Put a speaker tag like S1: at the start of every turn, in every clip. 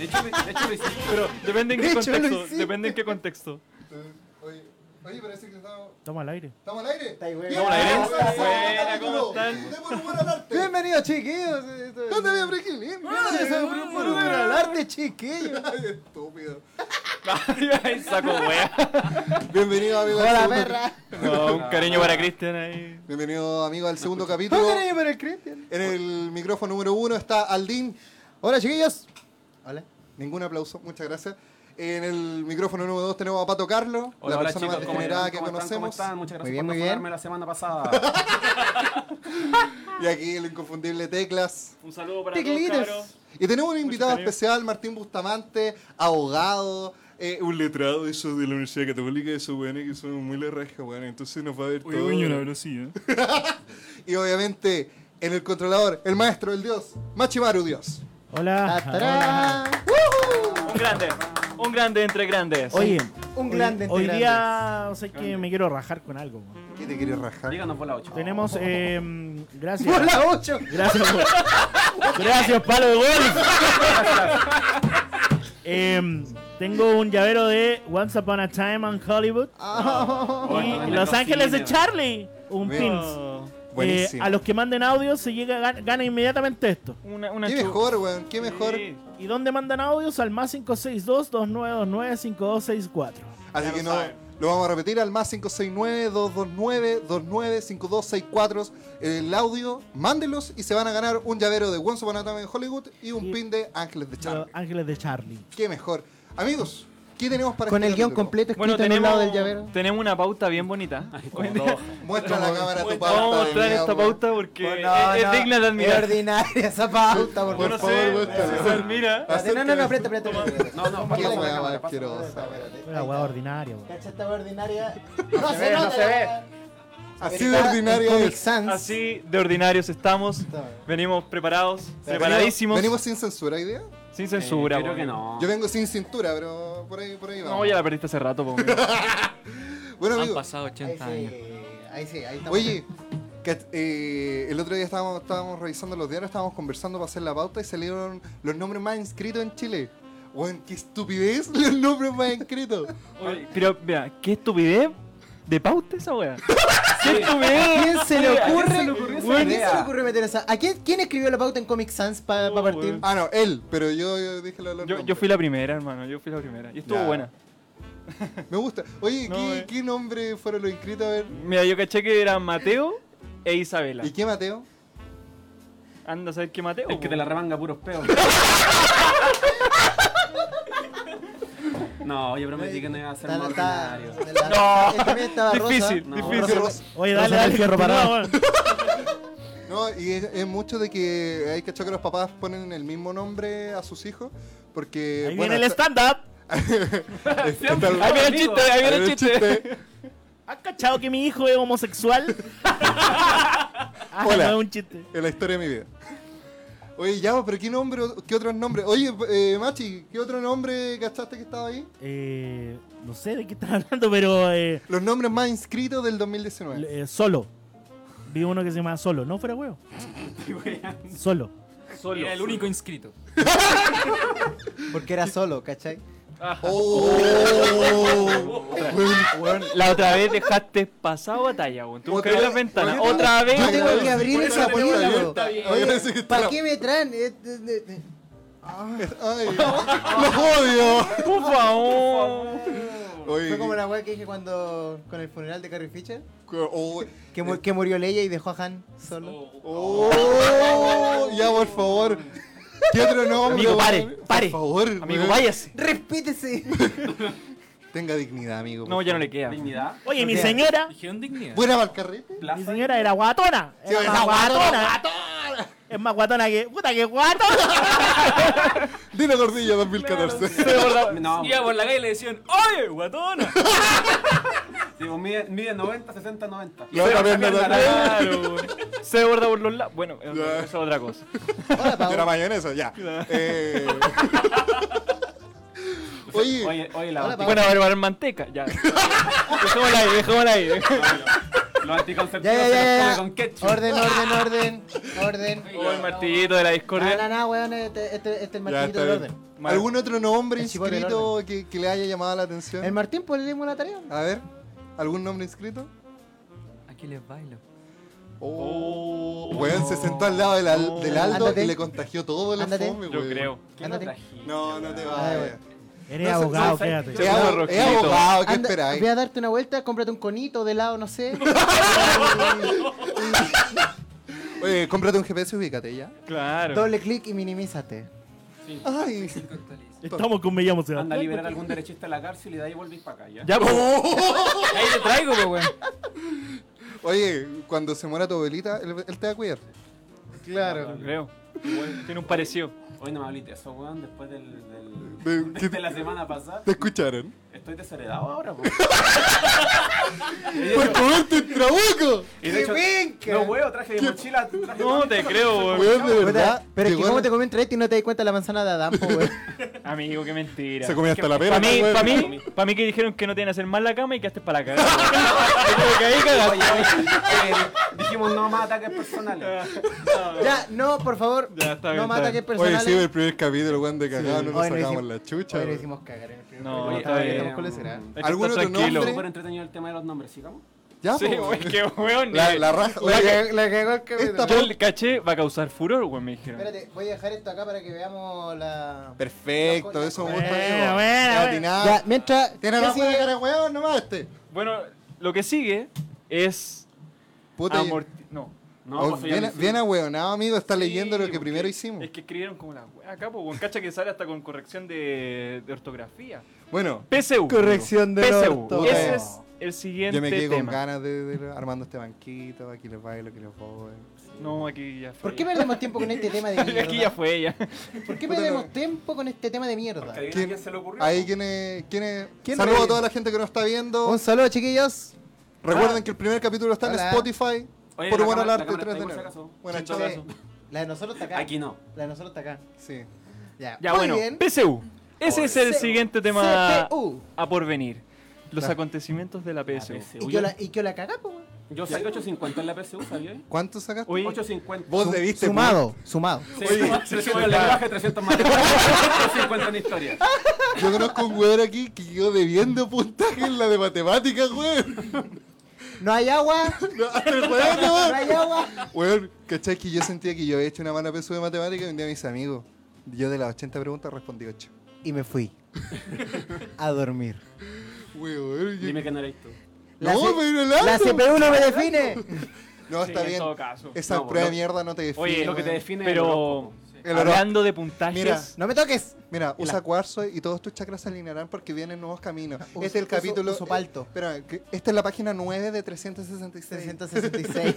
S1: hecho, de de hecho lo hiciste, pero depende en
S2: De
S1: qué
S2: hecho, lo
S1: contexto.
S2: hiciste.
S1: Depende en qué contexto.
S3: Entonces, Oye, oye, parece que estamos,
S4: Toma al aire.
S3: estamos al aire.
S2: Está ahí, güey.
S3: Bien,
S2: Estamos al aire.
S3: vamos a-
S1: Buena, ¿cómo
S3: capítulo.
S1: están?
S3: Demos un buen
S2: Este,
S3: alarte.
S2: Bienvenidos, chiquillos. Esto es-
S3: ¿Dónde había Breaking Link?
S2: Bienvenidos a un grupo de arte, chiquillos.
S3: Ay, estúpido.
S1: Ay, saco wea.
S3: Bienvenido, amigos. al
S2: Hola,
S3: segundo-
S2: perra.
S1: No, un cariño para Cristian ahí.
S3: Bienvenido, amigo, al segundo capítulo.
S2: ¿Dónde eres para el Cristian?
S3: En el micrófono número uno está Aldin.
S2: Hola, chiquillos.
S3: Hola. Ningún aplauso, muchas gracias. En el micrófono número dos tenemos a Pato Carlos,
S1: Hola,
S3: la
S1: hola,
S3: persona
S1: chicos,
S3: más
S1: ¿cómo
S3: degenerada que
S5: ¿Cómo están? ¿Cómo
S3: conocemos.
S5: están? Muchas
S2: Muy
S5: gracias
S2: bien,
S5: por
S2: muy bien.
S5: saludarme la semana pasada.
S3: Y aquí el inconfundible Teclas.
S1: Un saludo para
S2: Teclitos.
S3: Y tenemos un invitado
S1: cariño.
S3: especial, Martín Bustamante, abogado, eh, un letrado de esos de la Universidad Católica, de esos weones que son muy la raja, weón. Entonces nos va a ver todo. Y obviamente, en el controlador, el maestro, el dios, Machimaru Dios.
S4: Hola.
S2: Tatará.
S1: Un grande. Un grande entre grandes.
S4: Hola. Oye,
S2: Un
S4: hoy-
S2: grande entre
S4: Hoy día, sé que me quiero rajar con algo. man.
S3: ¿Qué te quieres rajar?
S5: Díganos por la 8.
S4: Tenemos, eh, gracias.
S2: Por la 8.
S4: Gracias, por- Gracias, palo de golf. Em, tengo un llavero de Once Upon a Time in Hollywood y
S5: Bueno,
S4: Los
S5: no,
S4: Ángeles
S5: sí,
S4: de
S5: no.
S4: Charlie. Un pins.
S1: Oh,
S3: Buenísimo.
S4: Eh, a los que manden audio se llega gan- gana inmediatamente esto.
S1: Una, una
S3: Qué
S1: chu-
S3: mejor, weón, qué mejor.
S1: Sí.
S4: ¿Y dónde mandan audios? Al más 562-2929-5264.
S3: Así
S1: Ya
S3: que
S1: lo
S3: no,
S1: saben.
S3: lo vamos a repetir al más 569-229-295264. El audio, mándenlos y se van a ganar un llavero de Once Upon a Time en Hollywood y un
S4: Y-
S3: pin de Ángeles de
S4: Los
S3: Charlie.
S4: Ángeles de Charlie.
S3: Qué mejor. Amigos, ¿qué tenemos para
S2: Con
S3: este
S2: el guión
S3: capítulo?
S2: completo escrito
S1: Bueno,
S2: en un lado
S1: tenemos,
S2: del llavero.
S1: tenemos una pauta bien bonita. Hoy en día-
S3: Muestra a la cámara tu pauta.
S1: Vamos a
S3: de
S1: mostrar
S3: mierda.
S1: esta pauta porque
S2: Pues
S1: es, es digna de
S2: Es
S1: admirar.
S2: ordinaria esa pauta, por
S3: Por
S1: no
S2: favor.
S3: favor,
S1: sé,
S3: muéstrala.
S1: si se admira.
S2: Espérate, No, no, no, aprieta, aprieta. aprieta.
S5: No, no,
S3: Qué
S5: pásame la
S3: weá
S5: cámara,
S3: más
S5: pásame la
S3: asquerosa.
S4: Una hueá ordinaria, weón.
S2: Cacha esta ordinaria.
S3: No se ve, no
S2: nota
S3: se
S2: la
S3: ve.
S2: weá.
S3: Así de
S2: Está en
S3: ordinaria
S2: Comic
S3: es.
S2: Sans.
S1: Así de ordinarios estamos.
S2: Está bien.
S1: Venimos preparados,
S3: Venimos-
S1: preparadísimos,
S3: Venimos sin censura, idea.
S1: sin
S5: Eh,
S1: censura.
S5: Creo
S1: po.
S5: que no.
S3: Yo vengo sin cintura, pero por ahí, por ahí vamos.
S1: No, ya la perdiste hace rato, po, amigo.
S3: Bueno,
S6: Han
S3: amigos,
S6: pasado
S2: Ahí
S6: 80 años.
S2: sí, ahí sí, ahí estamos.
S3: Oye, que, eh, el otro día estábamos, estábamos revisando los diarios, estábamos conversando para hacer la pauta y salieron los nombres más inscritos en Chile. Weón, qué estupidez los nombres más inscritos.
S1: Oye, Pero, mira, qué estupidez de pauta esa wea. Qué
S2: ¿A
S1: estupidez.
S2: quién se le
S1: Oye, ¿a quién
S2: ocurre?
S1: se le ocurrió esa
S2: Weón, ¿A quién
S1: idea?
S2: se le ocurrió meter esa? ¿A quién, quién escribió la pauta en Comic Sans para
S1: Oh,
S2: partir?
S1: weón.
S3: Ah, no, él, pero yo, yo dije lo de los
S1: Yo, yo
S3: nombres.
S1: fui la primera, hermano. Yo fui la primera. Y estuvo
S3: Ya.
S1: buena.
S3: Me gusta. Oye,
S1: No,
S3: ¿qué,
S1: eh.
S3: qué nombre fueron los inscritos? A ver.
S1: Mira, yo caché que era Mateo e Isabela.
S3: ¿Y qué Mateo?
S1: Anda a saber qué Mateo.
S5: El que
S1: po.
S5: te la remanga puros peos. No, oye, prometí que no iba a ser
S2: Ta-
S5: más
S2: ta-
S5: ordinario.
S2: ta- la-
S1: No.
S2: eh, también estaba Rosa.
S1: Difícil,
S5: No,
S1: difícil.
S3: Rosa-
S4: Oye,
S2: Rosa
S4: dale,
S2: del
S4: dale.
S2: Fierro
S4: continúa,
S2: parado.
S4: weón.
S3: No, y es, es mucho de que hay que que los papás ponen el mismo nombre a sus hijos porque.
S4: Ahí
S3: bueno,
S4: viene el
S3: está-
S4: stand-up.
S3: está-
S1: Ahí viene el chiste, ahí viene el chiste.
S4: ¿Has cachado que mi hijo es homosexual? ah,
S3: Hola.
S4: no es un chiste.
S3: En la historia de mi vida. Oye, ya, pero ¿qué nombre? ¿Qué otros nombres? Oye, eh, Machi, ¿qué otro nombre cachaste que estaba ahí?
S4: Eh, no sé de qué estás hablando, pero eh,
S3: Los nombres más inscritos del 2019.
S4: eh, solo. Vi uno que se llama Solo, no fuera huevo. Solo.
S1: Solo.
S6: Era el único inscrito.
S2: Porque era solo, ¿cachai?
S3: ¡Oh!
S1: Weón, la otra vez dejaste pasada batalla, weón. Tú
S3: Otra
S1: caí las
S3: vez.
S1: ventanas.
S3: Yo-
S1: Otra vez.
S2: Yo
S3: Ay,
S2: tengo
S3: weón,
S2: que abrir
S3: ¿por qué
S2: esa
S3: no tenemos la
S2: polilla,
S3: abierta?
S2: weón.
S3: Oye,
S2: Oye,
S3: parece que
S2: ¿Para
S3: está-
S2: qué me traen? Eh, de- de- de-
S3: ¡Ay! ¡Los odio!
S1: Por favor.
S3: Oye,
S2: Fue como la weá que dije cuando. con el funeral de Carrie Fisher.
S3: oh,
S2: Que, mu- que murió Leia y dejó a Han solo.
S3: oh, ya, por favor. ¿Qué otro nombre?
S1: Amigo, pare,
S3: weón?
S1: pare.
S3: Por favor,
S1: Amigo,
S3: weón.
S1: váyase.
S2: ¡Respétese!
S3: Tenga dignidad, amigo.
S1: No,
S3: por
S1: ya no
S3: favor.
S1: le queda.
S5: Dignidad,
S4: Oye, mi
S2: Ok.
S4: señora.
S6: Dijeron dignidad.
S3: ¿Buena para el carrete?
S4: Mi
S5: plaza.
S4: señora era guatona.
S3: Sí,
S4: Era
S3: esa
S4: más
S3: guatona,
S4: guatona. Es más guatona que. ¡Puta que guatona!
S3: Dino Gordillo 2014.
S5: No,
S6: Iba por la calle y le decían, ¡Oye, guatona!
S5: digo, mide, mide 90, 60, 90.
S3: La otra vez no la
S1: Claro, weón. Se borda por los lados. Bueno, eso eso es otra cosa.
S2: Hola, Pau.
S3: De la mayonesa, ya. Eh, Oye,
S5: Oye, oye, la
S2: Hola,
S5: botija.
S1: Bueno, a ver, a ver, manteca. Ya. Dejémosla ahí, dejémosla ahí.
S5: La
S1: Los
S2: Ya,
S1: anticonceptivos
S2: ya,
S1: se los
S2: ya,
S1: come
S2: ya.
S1: con ketchup.
S2: Orden, orden, orden. Orden.
S7: Oh, el martillito de la
S2: No,
S7: discordia.
S2: no, no, weón, este, este, este es el
S3: Ya,
S2: martillito
S3: está
S2: del
S3: bien.
S2: orden.
S3: ¿Algún otro nombre
S2: El chico del
S3: inscrito que, que le haya llamado la
S2: El
S3: atención?
S2: Martín, ponle la tarea.
S3: A ver, ¿algún nombre inscrito?
S7: Aquí les bailo.
S3: Oh, weón, se sentó al lado del, al- del Aldo
S2: Ándate.
S3: y le contagió todo el
S2: Ándate.
S3: fome,
S7: Yo
S3: weón.
S7: creo.
S2: Ándate.
S3: No, no te
S2: Ay,
S3: vayas.
S2: weón.
S8: Eres
S3: No,
S8: abogado,
S1: no,
S8: quédate.
S3: Es abo- es
S7: Rojito.
S3: abogado, ¿qué
S2: Anda,
S3: esperáis?
S2: Ve a darte una vuelta, cómprate un conito de lado, no sé.
S3: Oye, cómprate un GPS y ubícate ya.
S6: Claro.
S2: Doble clic y minimízate.
S3: Ay,
S8: Estamos con Mellamo
S1: Anda a
S8: Sebastián.
S1: liberar a algún derechista de la cárcel y de ahí volvís para acá, ¿ya?
S6: Ya, pues.
S7: Ahí te traigo, pues, weón.
S3: oye, cuando se muera tu abuelita, él, él te va a cuidar.
S2: Claro.
S6: Yo creo. Tiene un parecido.
S1: Hoy no me habliste de eso, weón, después del, del-
S3: De-
S1: de,
S3: que-
S1: la semana pasada.
S3: ¿Te escucharon?
S1: Estoy desheredado ahora, weón. Y de
S3: ¡Por
S1: hecho-
S3: comerte un trabuco!
S1: y de hecho-
S2: penca!
S1: No, weón, traje de mochila. Traje
S6: No te creo, weón.
S3: Weón, de verdad.
S2: Pero es que
S3: llegó
S2: cómo
S3: la-
S2: te comí un trete y no te di cuenta de la manzana de Adán, po, weón.
S6: Amigo, qué mentira.
S3: Se comió hasta la pera.
S6: Para mí,
S3: weón.
S6: para mí, para mí que dijeron que no te iban a hacer mal la cama y quedaste para la cagada. Yo creo que ahí cagaste.
S1: Oye, oye, eh, dijimos no más ataques personales.
S2: ya, no, por favor.
S6: Ah, Ya, está bien,
S2: no
S6: está
S2: mata
S6: bien.
S2: que
S3: Oye,
S2: personales.
S3: sí, el primer capítulo, weón, de cagado, no nos
S2: Hoy no
S3: sacamos
S2: hicimos-
S3: la chucha.
S2: Hoy lo
S3: weón.
S2: hicimos cagar en el primer
S6: Ah, No,
S2: capítulo,
S6: está
S2: todavía
S6: bien.
S2: estamos con la cera.
S6: Hay
S3: ¿Algún
S6: que estar
S3: otro
S6: tranquilo.
S3: nombre?
S1: Súper entretenido el tema de los nombres, sigamos.
S3: Ya,
S6: Sí,
S3: po,
S6: güey, qué weón.
S3: La,
S6: eh.
S3: la
S2: La
S3: raja. oye,
S2: que- la que cagó el capítulo.
S3: Esta-
S6: Yo el caché va a causar furor, weón, me dijeron.
S2: Espérate, voy a dejar esto acá para que veamos la.
S3: Perfecto, eso me gusta.
S8: Buena,
S3: amigo.
S8: buena,
S3: Ya,
S8: buena.
S3: atinado.
S2: Ya, mientras.
S3: Tiene la
S2: ¿qué
S3: buena
S2: sigue?
S3: cara, weón, nomás este.
S6: Bueno, lo que sigue es
S3: Puta,
S6: amorti... No.
S1: No,
S3: oh,
S1: pues, ya lo
S3: bien,
S1: hicimos.
S3: bien ahueonado, ah, amigo, está leyendo lo
S6: Sí,
S3: que
S6: porque
S3: primero hicimos.
S6: Es que escribieron como la wea acá, po, weón. Cacha que sale hasta con corrección de, de ortografía.
S3: Bueno,
S6: PSU.
S2: Corrección del
S6: PSU.
S2: orto.
S6: Ese es el siguiente
S3: yo me quedé con
S6: tema.
S3: ganas de, de ir armando este banquito, aquí les bailo, aquí les voy.
S6: No, aquí ya fue.
S2: ¿Por qué perdemos tiempo con este tema de mierda?
S6: aquí ya fue ya.
S2: ¿Por qué
S3: Puta,
S2: perdemos
S3: no.
S2: tiempo con este tema de mierda?
S1: Adivina
S3: ¿Quién-
S1: ¿Quién se le ocurrió?
S3: Ahí quienes... quienes
S2: ¿Quién
S3: Saludo
S2: re-
S3: a toda la gente que nos está viendo.
S2: Un saludo, chiquillos.
S3: Recuerden que el primer capítulo está
S2: Hola.
S3: en Spotify.
S1: Ah. Oye,
S3: por
S1: la
S3: bueno al
S1: cámara-
S3: arte,
S1: la cámara
S3: 3 de
S1: está ahí, por si
S3: enero.
S1: acaso.
S3: Buenas
S1: Sin
S3: noches.
S1: tocazo.
S2: Eh, La de nosotros está acá.
S1: Aquí no.
S2: La de nosotros está acá.
S3: Sí.
S2: Ya,
S6: Ya
S2: Muy
S6: bueno,
S2: bien.
S6: PSU. Ese es el
S2: PSU.
S6: siguiente tema
S2: CPU.
S6: a porvenir. Los
S3: La-
S6: acontecimientos de la PSU.
S3: Ah,
S1: PSU.
S2: ¿Y que la, y que la cagá, po, weón.
S1: Yo saqué 850 en la PSU, ¿sabías?
S3: ¿Cuánto sacaste?
S6: Oye,
S1: 850.
S3: Vos debiste.
S2: Sumado, sumado.
S1: Sí, 300 en lenguaje, 300 más. 350 en historia.
S3: Yo conozco un weón aquí que quedó debiendo puntaje en la de matemáticas, weón.
S2: No hay agua.
S3: No, el weón,
S2: No
S3: no.
S2: hay agua.
S3: Weón, ¿cachai? Que yo sentía que yo había hecho una mala PSU de matemáticas y un día me dice, amigo, yo de las 80 preguntas respondí 8.
S2: Y me fui. A dormir.
S3: Weón, yo-
S1: Dime que no eres tú.
S2: La
S3: No,
S2: C-
S3: pero el
S2: La
S3: Aldo.
S2: CPU no me define.
S3: No,
S6: Sí,
S3: está
S6: en
S3: bien.
S6: todo caso.
S3: Esa
S1: No,
S3: prueba
S1: no.
S3: de mierda no te define.
S6: Oye,
S1: Lo que te
S3: weón.
S1: define es el
S6: Pero
S1: horóscopo. Sí.
S3: El horóscopo.
S6: hablando de puntajes,
S3: Mira,
S2: No me toques.
S3: Mira, usa cuarzo y todos tus chakras se alinearán porque vienen nuevos caminos.
S2: Uso-
S3: este es el
S2: uso-
S3: capítulo. eh,
S2: uso palto.
S3: Espera, que- esta es la página 9 de 366.
S2: 366.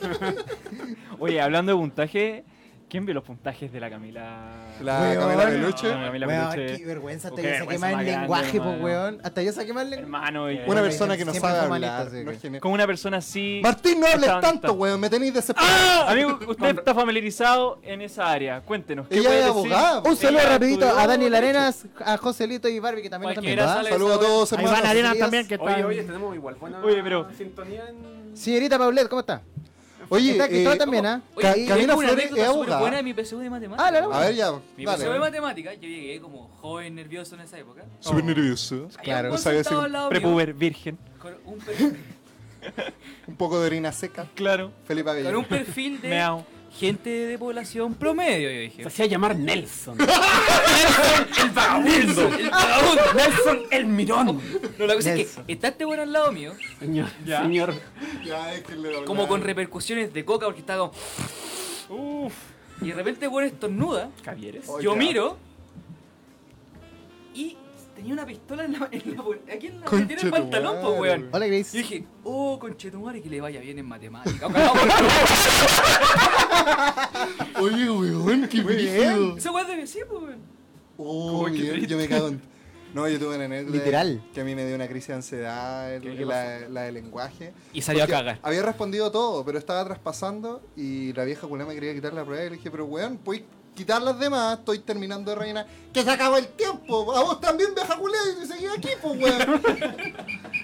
S6: oye, hablando de puntaje, ¿quién vio los puntajes de la Camila?
S3: La
S2: Weón.
S3: Camila
S6: No,
S3: Peluche.
S6: la Camila
S2: Weón,
S6: Peluche.
S2: qué vergüenza. Hasta
S6: Oh, qué
S2: yo saqué
S6: vergüenza
S2: más
S6: más
S2: el
S6: grande,
S2: lenguaje, po,
S6: hermano.
S2: weón. Hasta yo saqué más el lenguaje.
S6: Hermano, y-
S3: Una
S2: Bueno,
S3: persona que no
S2: siempre
S3: sabe
S2: fue humanista,
S3: hablar.
S2: sí,
S3: no
S2: que-
S3: es genial.
S6: con una persona así.
S3: Martín, no hables
S6: Estaban-
S3: tanto,
S6: estaban-
S3: weón. Me tenéis desesperado.
S6: ¡Ah! Amigo, usted está familiarizado en esa área. Cuéntenos. ¿qué
S3: Ella
S6: puede
S3: es
S6: decir?
S3: abogada.
S2: Un saludo
S6: Ella
S2: rapidito
S6: estudió
S2: a Daniel
S6: derecho.
S2: Arenas, a Joselito y Barbie que también están
S7: Cualquiera
S2: viendo, ¿ah?
S7: sale
S3: Saludos a todos,
S8: Ahí van
S3: hermanos.
S8: Arenas también, que
S1: Oye,
S8: está.
S1: oye, tenemos igual buena
S6: Oye, pero-
S1: sintonía en...
S2: Señorita Paulette, ¿cómo está?
S3: Oye,
S2: está Cristóbal
S3: eh,
S2: también, ¿ah?
S7: Oye,
S3: Ca-
S2: Y-
S3: Camila
S7: tengo una
S3: Flores
S7: anécdota
S3: es
S7: súper
S3: abogada.
S7: buena de mi PSU de matemáticas.
S2: Ah, la
S3: a ver, ya.
S7: Mi PSU de
S3: Dale.
S7: matemáticas, yo llegué como joven nervioso en esa época.
S3: Oh. Súper nervioso.
S7: Había
S3: Claro.
S7: un
S3: O sea,
S7: sentado
S3: así,
S7: al lado mío
S6: Prepuber, virgen.
S7: con un perfil,
S3: un poco de orina seca.
S6: Claro.
S3: Felipe
S7: con un
S3: Avellano.
S7: perfil de
S6: Meao.
S7: gente de población promedio, yo dije.
S1: Se hacía llamar Nelson.
S7: el vagabundo, el vagabundo.
S1: Nelson el mirón.
S7: No, la cosa
S2: Nelson.
S7: es que está este bueno al lado mío,
S1: Señor,
S6: Ya.
S1: señor.
S3: Ya, es que le
S7: como
S3: hablaba.
S7: con repercusiones de coca, porque está como.
S6: Uf.
S7: Y de repente, bueno, estornuda.
S1: Javieres.
S3: Oh,
S7: yo
S3: ya.
S7: miro. Y tenía una pistola en la. En la bol- aquí en la.
S3: Conche
S7: tiene el
S3: tu
S7: pantalón,
S3: madre,
S7: pues, weón.
S2: Hola,
S7: Y
S2: Grace.
S7: dije, oh, conchetumare, que le vaya bien en matemática. Ojalá, ojalá.
S3: Oye, weón, qué brillo.
S7: Esa weón debe ser, pues, weón.
S3: Oh, bien, yo me cago en... No, yo tuve una anécdota
S2: Literal.
S3: que a mí me dio una crisis de ansiedad, el-
S1: qué
S3: la, la de lenguaje.
S7: Y salió a
S3: Porque
S7: cagar.
S3: Había respondido todo, pero estaba traspasando y la vieja culé me quería quitar la prueba y le dije, pero weón, pues quitar las demás, estoy terminando de rellenar. ¡Que se acaba el tiempo! ¡A vos también, vieja culé! ¡Y seguí aquí, pues, weón!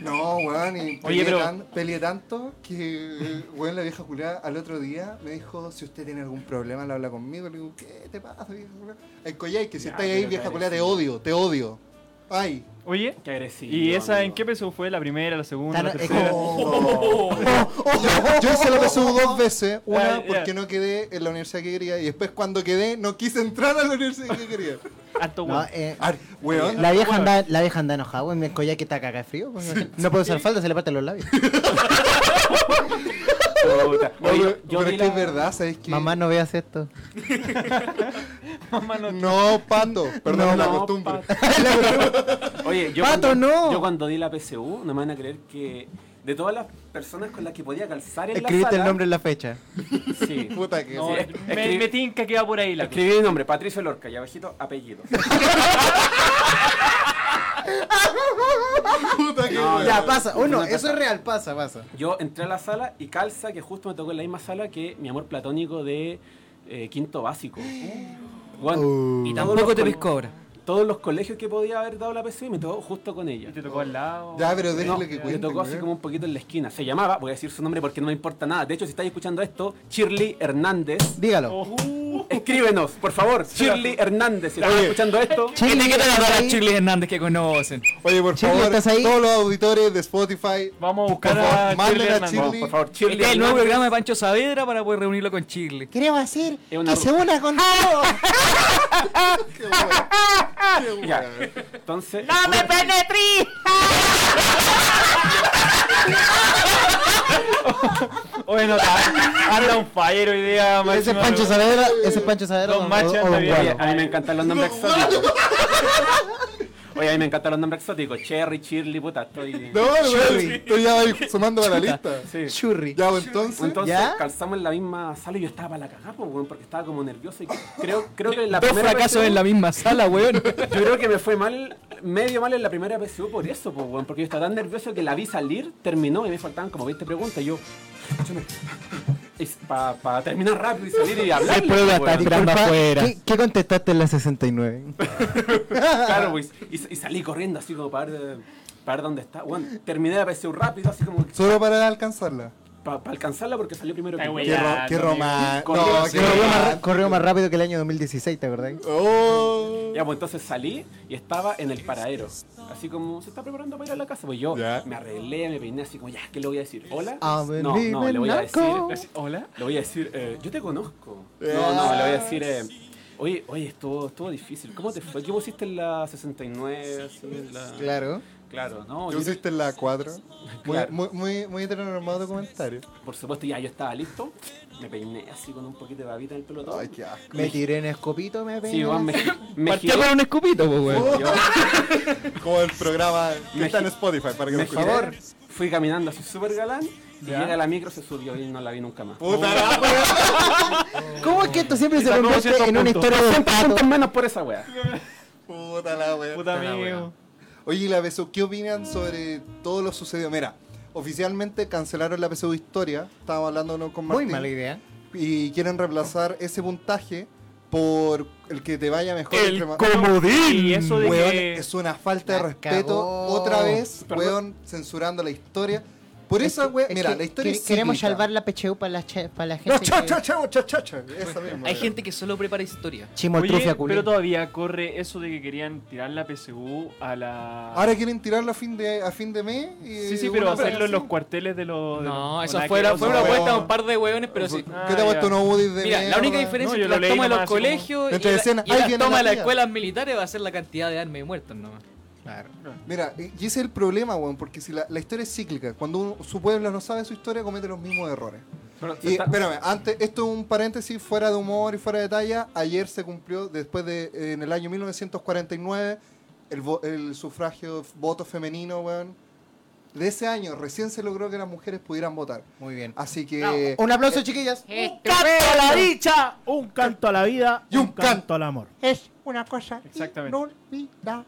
S3: No, weón, y peleé,
S6: Oye, pero-
S3: tan- peleé tanto que, weón, la vieja culé al otro día me dijo, si usted tiene algún problema, le habla conmigo. Le digo, ¿qué te pasa, vieja culé? El collay, que si
S1: Ya,
S3: estás ahí,
S1: pero
S3: vieja
S1: te
S3: culé, te
S1: agresivo.
S3: odio, te odio. ¡Ay!
S6: Oye,
S1: Qué agresivo.
S6: ¿y esa en
S1: amigo.
S6: qué peso fue? ¿La primera, la segunda, la
S2: Tan- es
S6: tercera?
S3: Oh. Yo- Yo hice la PSU dos veces. Una
S6: Ah, ya.
S3: porque no quedé en la universidad que quería y después cuando quedé no quise entrar a la universidad que quería.
S6: Harto
S2: No,
S6: weón.
S2: eh,
S3: Ar- weón.
S2: la vieja anda, la vieja anda enojada, weón. Me colla que está caca de frío. weón. No puedo usar falda, se le parten los labios.
S8: Puta.
S3: No,
S8: Oye,
S3: pero-
S8: yo
S3: pero
S8: vi
S3: es que es
S8: la-
S3: verdad, ¿sabes qué?
S2: Mamá, no veas esto.
S6: Mamá, no-
S3: No, pato. Perdón
S6: No,
S3: la
S6: no,
S3: costumbre.
S1: Oye, yo,
S2: Pato,
S1: cuando,
S2: no.
S1: yo cuando di la PSU, no me van a creer que de todas las personas con las que podía calzar en
S2: Escribiste
S1: la
S2: el
S1: sala...
S2: nombre en la fecha.
S1: Sí.
S3: Puta que
S6: no,
S1: Sí,
S6: eh.
S3: sí.
S1: es-
S6: me,
S1: escribí-
S6: me tinca que va por ahí la cosa.
S1: Escribí mi nombre, Patricio Lorca, y abajito, apellido.
S3: Puta que
S1: No,
S3: weón.
S2: Ya, pasa. Uno,
S1: No,
S2: eso
S1: pasa.
S2: es real, pasa, pasa.
S1: Yo entré a la sala y calza, que justo me tocó en la misma sala que mi amor platónico de eh, quinto básico. Bueno,
S3: Oh.
S1: y todos
S7: Tampoco
S1: los
S7: te
S1: col-
S7: pesco ahora.
S1: Todos los colegios que podía haber dado la PSU me tocó justo con ella.
S6: Y te tocó al lado.
S3: Ya, pero déjale
S1: No,
S3: que cuente.
S1: me tocó así
S3: weón.
S1: como un poquito en la esquina. Se llamaba, voy a decir su nombre porque no me importa nada. De hecho, si estáis escuchando esto, Shirley Hernández.
S2: Dígalo.
S6: Oh,
S1: Escríbenos, por favor. Shirley Hernández, si estás escuchando esto.
S2: Chile,
S7: Etiqueta a todas
S2: ¿estás
S7: las
S2: ahí?
S7: Shirley Hernández que conocen.
S3: Oye, por
S2: Shirley,
S3: favor,
S2: ¿estás ahí?
S3: todos los auditores de Spotify,
S6: Vamos a
S3: por
S6: buscar
S3: favor,
S6: a Shirley
S3: manden a
S6: Hernández.
S1: Vamos,
S3: Shirley.
S1: por favor, Shirley
S7: Este es el nuevo
S1: Hernández.
S7: programa de Pancho Saavedra para poder reunirlo con Shirley.
S2: Queremos decir
S1: Es una
S2: que se una con todo.
S3: Qué weón. Qué
S1: Ya.
S3: weón.
S1: Entonces,
S8: ¡No me penetrí!
S6: Oye, no, está- anda un fire hoy día,
S2: Ese es
S6: máximo,
S2: Pancho
S6: weón.
S2: Saavedra, ese es Pancho Saavedra.
S6: Don
S2: o-
S6: Macho
S2: o- o
S6: anda
S2: Don
S6: bien.
S2: Gualo.
S1: Oye, a mí me encantan los nombres exóticos. Oye, a mí me encantan los nombres exóticos. Cherry, Shirley, puta, estoy.
S3: No, weón, tú ya vas sumando a la lista.
S1: Sí.
S2: Churri.
S3: Ya, pues, entonces.
S1: Entonces
S2: ¿Ya?
S1: calzamos en la misma sala y yo estaba para la cagada, po, weón, porque estaba como nervioso. Y creo, creo que en la
S7: Dos
S1: primera
S7: fracasos
S1: PSU
S7: en la misma sala, weón.
S1: Yo creo que me fue mal, medio mal en la primera PSU por eso, po, weón, porque yo estaba tan nervioso que la vi salir, terminó y me faltaban como 20 preguntas. y Yo, para terminar rápido y salir y hablar.
S2: Disculpa, ¿qué, qué contestaste en la 69?
S1: Claro, pues, y, y salí corriendo así como para ver, eh, para ver dónde está. Weón, terminé la PSU rápido, así como
S3: Solo para alcanzarla.
S1: para alcanzarla porque salió primero
S6: Ay,
S1: que yo.
S6: güey,
S3: Qué,
S6: Ya,
S3: ro- qué
S6: no
S3: romántico.
S1: digas.
S3: Ah, No,
S1: Sí.
S3: qué
S2: Corrió más, ra-
S3: romántico.
S2: corrió más rápido que el año 2016, ¿te acordás?
S3: Oh.
S1: Ya, pues entonces salí y estaba en el paradero. Así como se está preparando para ir a la casa. Pues yo
S3: Ya.
S1: me arreglé, me peiné así como, ya, ¿qué le voy a decir? ¿Hola?
S2: A ver,
S1: No, no,
S2: dime,
S1: le voy a decir.
S2: naco.
S6: Hola.
S1: Le voy a decir, eh, yo te conozco. No, no,
S3: Ah.
S1: le voy a decir, eh, oye, oye, estuvo, estuvo difícil. ¿Cómo te fue? ¿Qué pusiste en la 69? Así, en la-
S2: Claro.
S1: Claro, no.
S3: ¿Qué
S1: yo-
S3: pusiste en la 4? Muy,
S1: Claro.
S3: muy, muy, muy heteronormado comentario.
S1: por supuesto, ya yo estaba listo. Me peiné así con un poquito de babita en el pelo todo.
S3: Ay, qué asco.
S2: Me tiré en escopito, me pegué.
S1: Sí, weón, me, me
S7: Partió
S1: giré-
S7: con un escopito, pues, weón.
S1: yo-
S3: Oh. Como el programa que
S1: Me
S3: está en
S1: gi-
S3: Spotify, para que lo
S1: me
S3: escuchen.
S1: giré, Fui caminando así súper galán. Y llega la micro, se subió y no la vi nunca más.
S3: Puta la wea.
S2: ¿Cómo es que esto siempre se
S6: Sacó
S2: convierte en
S6: 200
S2: una
S6: puntos.
S2: historia de
S1: Siempre
S2: pato?
S1: menos por esa wea.
S3: Puta la wea.
S6: Puta amigo.
S7: weón.
S3: Oye, ¿y la PSU, ¿qué opinan sobre todo lo sucedido? Mira, oficialmente cancelaron la PSU Historia. Estábamos hablando con
S2: Muy
S3: Martín.
S2: mala idea.
S3: Y quieren reemplazar ese puntaje por el que te vaya mejor. entre ma-
S6: Y eso de
S3: Weón,
S6: que...
S3: es una falta de
S2: La
S3: respeto.
S2: cagó.
S3: Otra vez,
S1: Perdón.
S3: weón, censurando la historia. Por
S2: Es
S3: esa,
S2: que-
S3: weón,
S2: es
S3: mira,
S2: que
S3: la historia
S2: quere-
S3: es
S2: Queremos
S3: cíclica.
S2: salvar la PCU para la, che- para la gente.
S3: No, cha,
S2: que-
S3: cha, cha, cha, cha, cha. Esa misma.
S7: Hay
S3: weón.
S7: gente que solo prepara historia.
S2: Chimoltrufia,
S6: Oye,
S2: culé.
S6: pero todavía corre eso de que querían tirar la PSU a la...
S3: Ahora quieren tirarla a fin de, a fin de mes. y-
S6: sí, sí, pero
S3: una
S6: hacerlo en
S3: así.
S6: los cuarteles de los... de
S7: No,
S6: los-
S7: eso
S6: nada
S7: fue,
S6: que
S7: la-
S6: ver,
S7: fue
S6: no,
S7: una
S6: weón.
S7: vuelta de un par de weones, pero sí.
S6: Ah,
S3: ¿Qué te ha
S6: ya.
S3: puesto unos Woody de
S7: Mira, la única
S6: No,
S7: diferencia
S6: yo
S7: entre
S6: lo
S7: las
S6: leí
S7: tomas de los
S6: nomás, así
S7: colegios y
S3: Dentro de
S7: la-
S3: escena,
S7: y
S3: ahí
S7: las
S3: viene la
S7: tomas de las
S3: tía.
S7: escuelas militares va a ser la cantidad de armas y muertos nomás.
S2: Claro.
S3: Mira, y ese es el problema, weón, porque si la, la historia es cíclica, cuando uno- su pueblo no sabe su historia, comete los mismos errores.
S1: Pero se
S3: Y
S1: está-
S3: espérame, antes, esto es un paréntesis fuera de humor y fuera de talla. Ayer se cumplió, después de, en el año 1949, el, vo- el sufragio, voto femenino, weón. De ese año recién se logró que las mujeres pudieran votar.
S2: Muy bien.
S3: Así que.
S2: Un aplauso, chiquillas.
S8: ¡Un canto a la dicha! ¡Un canto a la vida!
S3: Y un
S8: ¡Un canto al amor!
S2: Es
S3: una cosa
S6: Exactamente.
S3: inolvidable.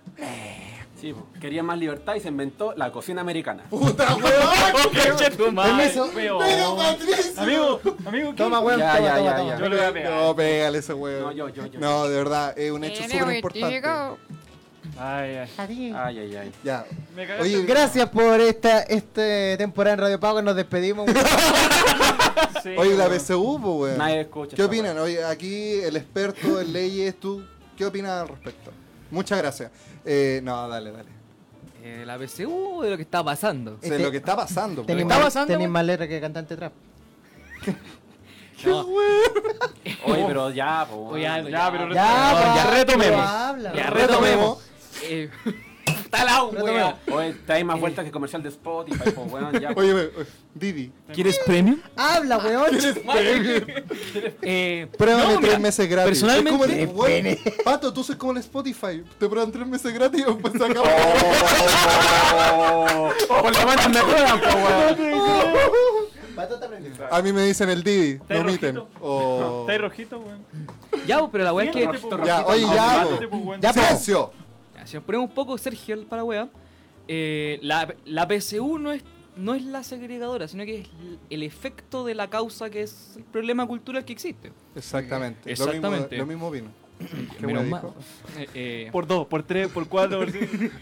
S1: Sí, po. quería más libertad y se inventó la cocina americana.
S3: ¡Puta, weón!
S6: Conche tu madre,
S2: Permiso.
S6: weón.
S3: ¡Pero Patricio!
S6: Amigo, amigo, ¿qué?
S2: Toma, weón,
S1: Ya,
S2: toma,
S1: ya,
S2: toma,
S1: ya,
S2: toma.
S1: ya.
S6: Yo le voy a pegar.
S3: No, pégale ese weón.
S1: No, yo, yo, yo.
S3: No, de verdad, es un hecho súper importante.
S6: Ay, ay.
S1: Ay, ay, ay.
S3: Ya.
S6: Me
S3: Oye,
S6: cagaste.
S2: Gracias por esta este temporada en Radio Pago. Nos despedimos. weón.
S6: Sí,
S3: Oye, la
S6: weón.
S3: PSU, pues, weón.
S1: Nadie escucha.
S3: ¿Qué
S1: esa
S3: opinan? Oye, aquí el experto en leyes, tú, ¿qué opinas al respecto? Muchas gracias. Eh, no, dale, dale.
S7: Eh, la PCU de lo que está pasando.
S3: O sea,
S2: Este-
S3: lo que está pasando.
S2: Tenéis
S3: pues,
S2: más-
S7: pasando,
S2: tenéis
S7: weón?
S2: más letra que cantante trap.
S7: No,
S1: weá. Oye, pero ya, po.
S7: Oye, algo,
S6: Ya, pero
S2: Ya,
S6: ya,
S2: ya.
S6: retomemos.
S2: Pero habla,
S6: ya
S2: weón.
S6: retomemos.
S7: eh, está la wea.
S1: Oye, trae más vueltas que comercial de Spotify, po, weón. Ya,
S3: Oye, oye, oye, Didi,
S6: ¿Quieres premium?
S2: Habla, weón.
S7: Eh,
S3: pruébame
S7: no,
S3: tres
S7: mira,
S3: meses gratis.
S7: personalmente-
S3: Es como el- weón, Pato, tú soy como en Spotify. Te prueban tres meses gratis y después se acaba.
S1: Por la mano me juegan, po, weón.
S2: Pato te aprendió.
S3: A mí me dicen el Didi,
S6: Está
S3: me omiten.
S6: rojito.
S3: Oh.
S6: Está ahí rojito, weón.
S7: ya, pues, pero la wea es que.
S6: Siéntate, po,
S3: Ya,
S6: rojito.
S3: oye, ya,
S6: Siéntate, po,
S3: po.
S6: weón.
S2: Ya, po.
S3: ¡Silencio!
S7: Ya, Si nos ponemos un poco Sergio para la wea, eh, la, la PSU no es, no es la segregadora, sino que es l- el efecto de la causa que es el problema cultural que existe.
S3: Exactamente.
S7: Exactamente.
S3: Lo mismo, lo mismo vino. ¿Qué
S7: Menos
S3: me
S7: mal.
S3: dijo?
S7: Eh, eh,
S6: Por dos, por tres, por cuatro, por cinco.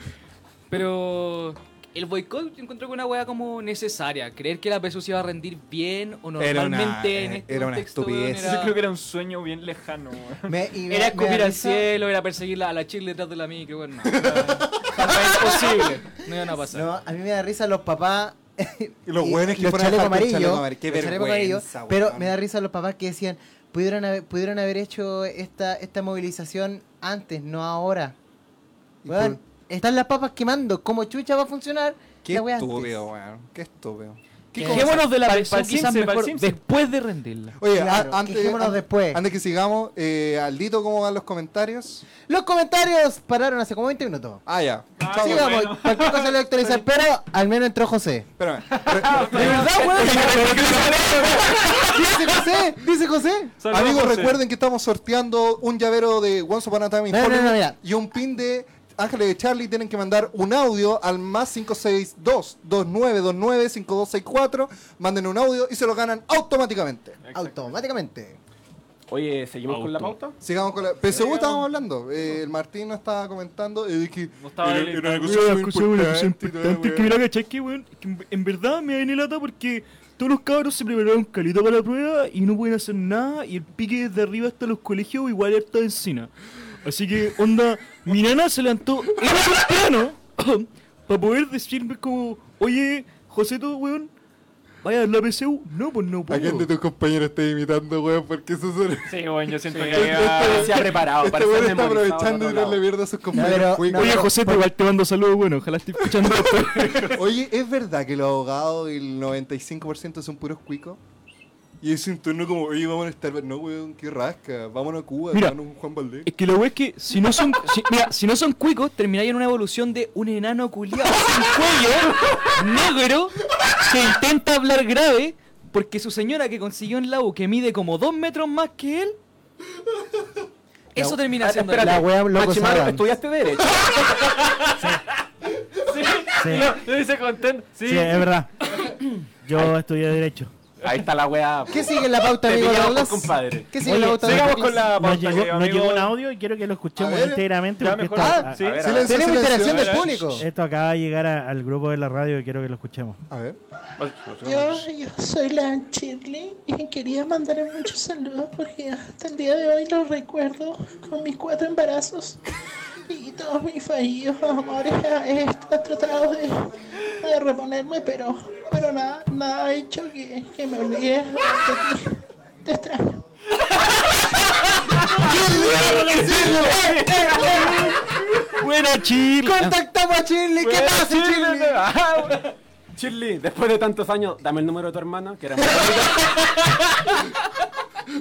S7: pero el boicot encontró con una wea como necesaria. Creer que la PSU se iba a rendir bien o normalmente
S3: Era una-
S7: en este
S3: era una
S7: contexto, weón,
S3: estupidez.
S7: era-
S6: Yo creo que era un sueño bien lejano, weón.
S2: Me- y me-
S7: Era
S2: me
S7: escupir
S2: da
S7: al
S2: risa.
S7: cielo, era perseguir a la chicle detrás de la micro, bueno, no. imposible. No iban a pasar.
S2: No, a mí me da risa los papás.
S3: Y los hueones que
S2: los
S3: fueron a
S2: chalecos
S3: dejar con
S2: amarillos,
S3: chaleco amarillo. Qué
S2: los chalecos
S3: vergüenza,
S2: amarillos, Pero
S3: weón.
S2: me da risa los papás que decían, pudieron haber, pudieron haber hecho esta, esta movilización antes, no ahora.
S3: Y
S2: Weón,
S3: por-
S2: están las papas quemando, ¿cómo chucha va a funcionar?
S3: Qué
S2: la wea antes?
S3: estúpido, weón. Qué estúpido.
S2: ¿Qué
S7: Dejémonos de la
S6: Pa'l-
S7: versión
S6: pa'l
S7: quizás
S6: Simpson, pa'l
S7: mejor
S6: Simpson.
S7: después de rendirla.
S3: Oye,
S2: Claro,
S3: a- antes,
S2: quejémonos
S3: antes-
S2: después.
S3: antes que sigamos, eh, Aldito, ¿cómo van los comentarios?
S2: Los comentarios pararon hace como 20 minutos.
S3: Ah, ya.
S6: Ah,
S3: Chao,
S6: sí,
S3: weón.
S6: bueno.
S2: Sigamos, cualquier cosa lo voy a actualizar, pero al menos entró José.
S3: Espérame.
S2: ¿De verdad, weón? Dice José, dice José.
S6: Saludos,
S3: Amigos,
S6: José.
S3: recuerden que estamos sorteando un llavero de Once Upon a Time in
S2: No, no,
S3: Hollywood
S2: no, mira.
S3: y un pin de Ángeles de Charlie. Tienen que mandar un audio al más 562-2929-5264. Manden un audio y se lo ganan automáticamente.
S2: Automáticamente.
S1: Oye, ¿seguimos con la pauta?
S3: Sigamos con la... PSU estábamos hablando. Eh, el Martín nos estaba comentando eh, de que...
S6: No estaba
S3: era-
S6: él.
S3: era una cosa
S9: Una
S3: muy
S9: cosa, una cosa
S3: importante,
S9: importante
S3: weón.
S9: que mira, ¿cachai? Que, weón, que en- en verdad me da lata porque todos los cabros se prepararon calito para la prueba y no pueden hacer nada y el pique desde arriba hasta los colegios igual harta de encina. Así que, onda, mi nana se levantó era temprano Ah, para poder decirme como, oye, Joseto, weón, vaya a la PCU. No, pues no
S3: ¿A quién de
S9: puedo.
S3: tus compañeros está imitando, weón? Porque eso suena...
S6: Sí, weón, yo siento que
S3: Este-
S6: iba-
S1: Se ha preparado,
S3: Este
S1: Ah, parece
S3: weón está
S1: memorizado de
S3: aprovechando y
S1: otro
S3: darle
S1: lado.
S3: mierda a sus compañeros.
S2: pero-
S3: Fui-
S2: no,
S9: Oye,
S2: pero-
S9: Joseto, igual te mando saludos, bueno, ojalá esté escuchando esto.
S3: Oye, ¿es verdad que los abogados, el 95% son puros cuicos? Y es un turno como, oye, vamos a Starbucks. No, weón, qué rasca. Vámonos a Cuba,
S9: Mira.
S3: hermano, un Juan Valdés.
S9: Es que lo weón es que si no son... si- mira,
S7: Si no son cuicos, termináis en una evolución de un enano culiado sin cuello, negro, que intenta hablar grave porque su señora que consiguió en la U, que mide como dos metros más que él, eso termina
S1: Ah,
S7: siendo...
S1: espérate.
S2: La wea loco
S1: Machimaro,
S2: Saban.
S1: estudiaste Derecho.
S6: Sí, Lo, lo dice contento. Sí.
S9: Sí, es verdad. Yo estudié Derecho.
S1: Ahí está la weá.
S2: ¿Qué sigue en la pauta,
S1: Te
S2: amigo
S1: pillamos,
S2: Douglas?
S1: compadre.
S2: ¿Qué sigue en
S6: Oye,
S2: la pauta?
S6: sigamos
S2: Douglas?
S6: con la
S9: Nos
S6: pauta,
S9: llegó,
S6: amigo.
S9: nos llegó un audio y quiero que lo escuchemos
S3: A ver,
S9: íntegramente.
S6: Ya
S9: porque
S6: mejor. Ah,
S9: esto,
S6: sí.
S1: a ver, a ver.
S3: Silencio,
S2: Tenemos
S3: silencio.
S2: interacción del
S6: a ver.
S2: público.
S9: esto acaba de llegar a- al grupo de la radio y quiero que lo escuchemos.
S3: A ver.
S10: Yo, yo soy la Shirley y quería mandar muchos saludos porque hasta el día de hoy lo recuerdo con mis cuatro embarazos y todos mis fallidos amores. Ah, He tratado de, de reponerme, pero, pero nada, nada ha hecho que, que me olvide de ti. Te extraño.
S9: Bueno, Chile.
S2: Contactamos a Shirley. ¿Qué pasa, Eh, Shirley?
S6: Ah,
S1: Shirley, después de tantos años, dame el número de tu hermana, que era muy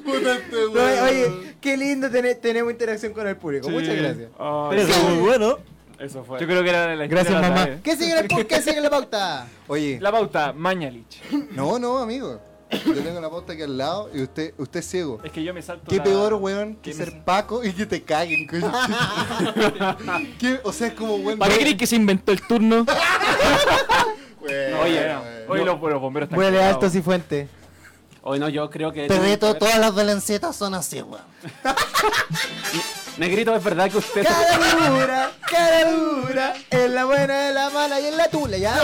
S3: Puta este
S2: No,
S3: weón.
S2: oye, qué lindo tener, tenemos interacción con el público. Muchas gracias.
S6: Oh,
S9: muy bueno.
S1: Eso
S6: Yo
S1: fue.
S6: creo que era la
S9: Gracias,
S6: era la
S9: mamá.
S6: clave.
S2: ¿Qué sigue en, el pu- qué sigue en la pauta?
S3: Oye,
S6: La pauta, Mañalich.
S3: no, no, amigo. Yo tengo la pauta aquí al lado y usted, usted es ciego.
S6: Es que yo me salto.
S3: Qué
S6: la-
S3: peor, weón, que
S6: ¿Qué
S3: ser
S6: me-
S3: Paco y que te caguen, coño. ¿Qué? O sea, es como, weón.
S7: ¿Para qué crees que se inventó el turno?
S3: Weón,
S6: No, Oye,
S3: weón.
S6: oye, los, los bomberos están.
S2: Huele
S6: cagados.
S2: alto Cifuente.
S1: Hoy no, yo creo que.
S2: Te reto, todas las valenciatas son así, weón.
S1: Negrito, es verdad que usted.
S2: Cara dura, cara dura, en la buena, en la mala y en la tula, ¿ya?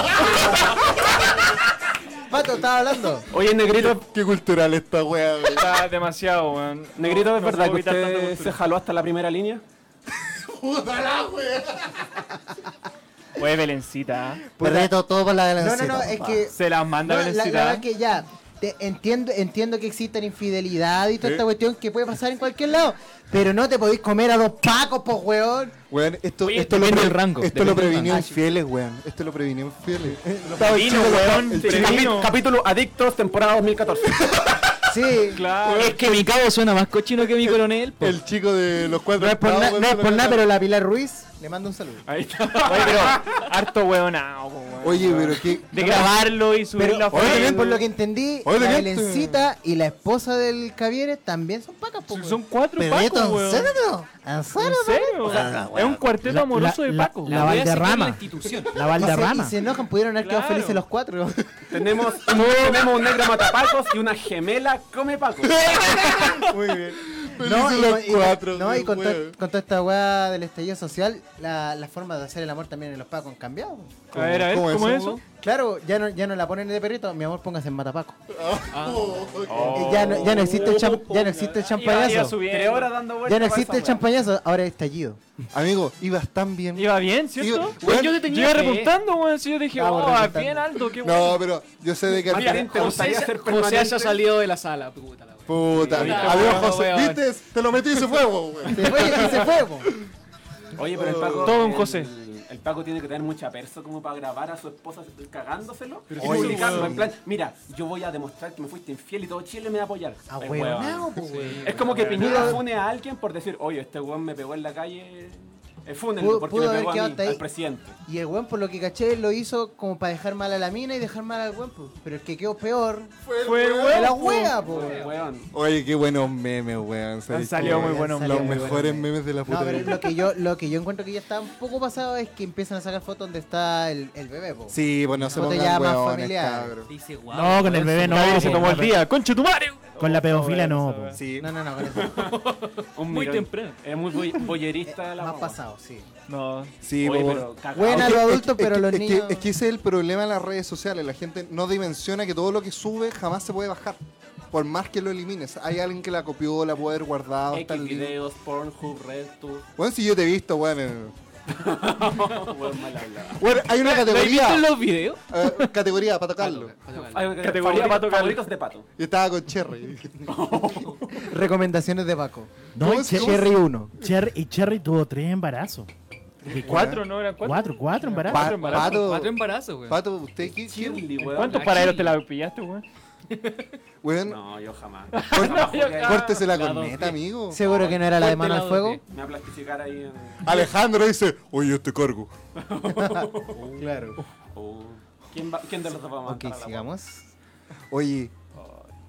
S2: Pato, estaba hablando.
S1: Oye, Negrito,
S3: Qué cultural esta weá, weón.
S6: Está demasiado, weón.
S1: Negrito,
S6: No-
S1: ¿es
S6: no
S1: verdad
S6: se
S1: que
S6: puede evitar tanta
S1: usted
S6: cultura.
S1: se jaló hasta la primera línea?
S3: Puta la weá.
S6: Oye, Belencita. ¿eh?
S11: Pues
S2: Puta.
S10: reto todo por la
S2: No, no, no, es que.
S6: Se las manda
S2: no, la, la
S6: Belencita.
S2: verdad que ya. te- entiendo, entiendo que existen infidelidad y toda esta cuestión que puede pasar en cualquier lado. Pero no te podéis comer a dos pacos, po, weón.
S3: Weón, esto,
S7: Oye,
S3: esto, lo,
S7: depende
S3: pre-
S7: del rango,
S3: esto lo
S7: depende del
S3: previnió
S7: rango.
S3: Infieles, weón. Esto lo previnió Infieles.
S6: Vino, weón.
S1: Capi-
S6: Vino.
S1: Capítulo Adictos, temporada 2014.
S2: Sí.
S6: Claro.
S7: Es que mi cabo suena más cochino que mi coronel. po.
S3: El chico de los cuatro.
S2: No es por, na-
S3: weón,
S2: no es
S3: se lo
S2: por nada,
S3: regalaron.
S2: pero la Pilar Ruiz le mando un saludo.
S6: Ahí está. Oye, pero harto weonao, po, weón.
S3: Oye, pero qué.
S6: De grabarlo y subirlo a
S3: Oye,
S6: Facebook.
S3: bien,
S2: por lo que entendí,
S3: Oye,
S2: la
S3: ¿qué?
S2: Belencita y la esposa del Cavieres también son pacas, po, weón.
S6: Son cuatro
S2: Perrito,
S6: pacos,
S2: ¿en
S6: weón.
S2: serio? ¿En serio?
S6: ¿En serio? es un cuarteto amoroso de
S4: la-
S6: Paco.
S4: La,
S7: voy a sacar
S4: Valderrama.
S7: de la institución.
S4: La
S2: No sé,
S4: Valderrama.
S2: y se enojan, pudieron haber quedado
S6: Claro.
S2: felices los cuatro.
S1: tenemos, tenemos un negro matapacos y una gemela come pacos.
S3: Muy bien.
S2: no, y,
S3: Felices los
S2: con- y con-
S3: cuatro.
S2: no, y con, to-
S3: weón.
S2: con toda esta weá del estallido social, la, la forma de hacer el amor también en los pacos han cambiado.
S6: A ver, a ver,
S3: ¿Cómo
S6: ¿cómo,
S3: es
S6: es
S3: eso?
S6: eso?
S2: Claro, ya no, ya no la ponen de perrito, mi amor, póngase en matapaco.
S6: Oh.
S2: Eh, Ya, no, ya no existe el champ- ya no existe el
S6: Iba, iba
S2: champañazo.
S6: subiendo.
S1: Tres horas dando vueltas.
S2: Ya no
S1: pa'
S2: existe el
S1: esa wea.
S2: champañazo, ahora es estallido.
S3: Amigo, ibas tan bien.
S6: Iba bien,
S3: Iba-
S6: ¿cierto?
S3: weón,
S6: yo te tenía
S7: fe.
S6: repuntando, weón. Sí, yo dije,
S2: Vamos,
S6: oh,
S2: repuntando.
S6: bien alto, qué bueno.
S3: No, pero yo sé de que.
S1: Martín, ¿te gustaría ser
S7: José haya
S1: permanente?
S7: salido de la sala, puta la wea.
S3: Puta,
S6: Mira,
S3: adiós
S6: weón,
S3: José.
S6: weón.
S3: ¿Viste? Te lo metí y se fue, weón.
S2: Se fue, y se fue, po.
S1: Oye, pero el Paco.
S6: Todo un
S1: el-
S6: José.
S1: El Paco tiene que tener mucha perso como para grabar a su esposa cagándoselo. Pero
S3: Oye, sí.
S1: en plan, mira, yo voy a demostrar que me fuiste infiel y todo Chile me va a apoyar.
S2: Ah,
S1: Ay,
S2: weón,
S1: weón.
S2: no, po, weón.
S1: Es como que Piñera fune a alguien por decir, oye, este weón me pegó en la calle. Eh,
S2: Pudo-
S1: Fúnenlo porque
S2: pudo
S1: me
S2: haber
S1: pegó a
S2: quedado
S1: mí,
S2: hasta ahí.
S1: al presidente.
S2: Y el weón, por lo que caché, lo hizo como para dejar mal a la mina y dejar mal al weón, po. Pero el que quedó peor
S6: Fue,
S2: fue la
S6: weón.
S2: wea, po.
S1: Eh, weón.
S3: Oye, qué buenos memes, weón.
S6: Han salido muy buenos
S3: Los
S2: memes.
S3: mejores memes de la
S2: No,
S3: puta.
S2: pero
S3: vida.
S2: lo que yo, lo que yo encuentro que ya está un poco pasado es que empiezan a sacar fotos donde está el, el bebé, po.
S3: Sí, pues no se
S2: Foto ya
S3: pongan
S2: más
S3: weones,
S2: familiar.
S3: cabrón.
S7: Dice, guau.
S4: No, con el bebé no.
S6: Nadie se
S4: po.
S6: tomó el día. ¡Conche tu madre!
S4: Con la pedofilia no. po.
S3: Sí.
S2: No, no, no, con eso.
S1: Un
S7: Muy
S1: mirón.
S7: temprano.
S1: Es muy boy- boyerista la
S2: más
S1: mamá.
S2: pasado, sí.
S6: No.
S3: Sí,
S1: Oye,
S3: pues,
S1: pero cagado.
S2: Buena.
S3: Es que-
S2: los
S3: es
S2: adultos,
S3: que-
S2: pero
S3: es que-
S2: los
S3: es que-
S2: niños-
S3: es que ese es el problema de las redes sociales. La gente no dimensiona que todo lo que sube jamás se puede bajar. Por más que lo elimines. Hay alguien que la copió, la puede haber guardado. está
S1: X
S3: el link.
S1: videos, Pornhub, RedTube.
S3: Bueno, si yo te he visto, weón. en-
S1: Weón, mal hablado.
S3: Bueno, hay una
S7: ¿Lo has visto
S3: categoría.
S7: en los videos?
S3: eh, categoría para tocarlo.
S1: Categoría
S6: Pato Cal.
S1: favoritos de pato.
S3: Yo estaba con Cherry.
S2: Recomendaciones de Paco.
S4: No,
S3: ¿Cómo
S4: y
S3: es-
S4: Che-
S3: cómo es-
S4: Cherry,
S2: Cherry 1.
S4: y Cherry tuvo tres embarazos.
S6: ¿Cuatro, no? ¿Eran
S4: Cuatro,
S6: cuatro?
S4: cuatro embarazos.
S3: Pa-
S6: embarazos.
S3: pato,
S7: Cuatro embarazos, weón.
S3: pato, ¿usted qué? qué-
S1: Chirly, weón.
S6: ¿Cuántos
S7: Aquí.
S6: paraderos te la pillaste, weón?
S3: Weón,
S1: No, yo jamás.
S3: Cor-
S6: yo-
S3: Córtese la
S7: La dos
S3: corneta, amigo.
S2: Seguro que no era la de mano al
S7: Cuéntela,
S2: fuego.
S1: Me va a plastificar ahí en.
S3: Alejandro dice, oye, yo te cargo.
S2: Claro.
S1: Oh. ¿Quién, va- quién de los dos va a
S2: Ok,
S1: matar a la
S2: sigamos.
S3: Oye,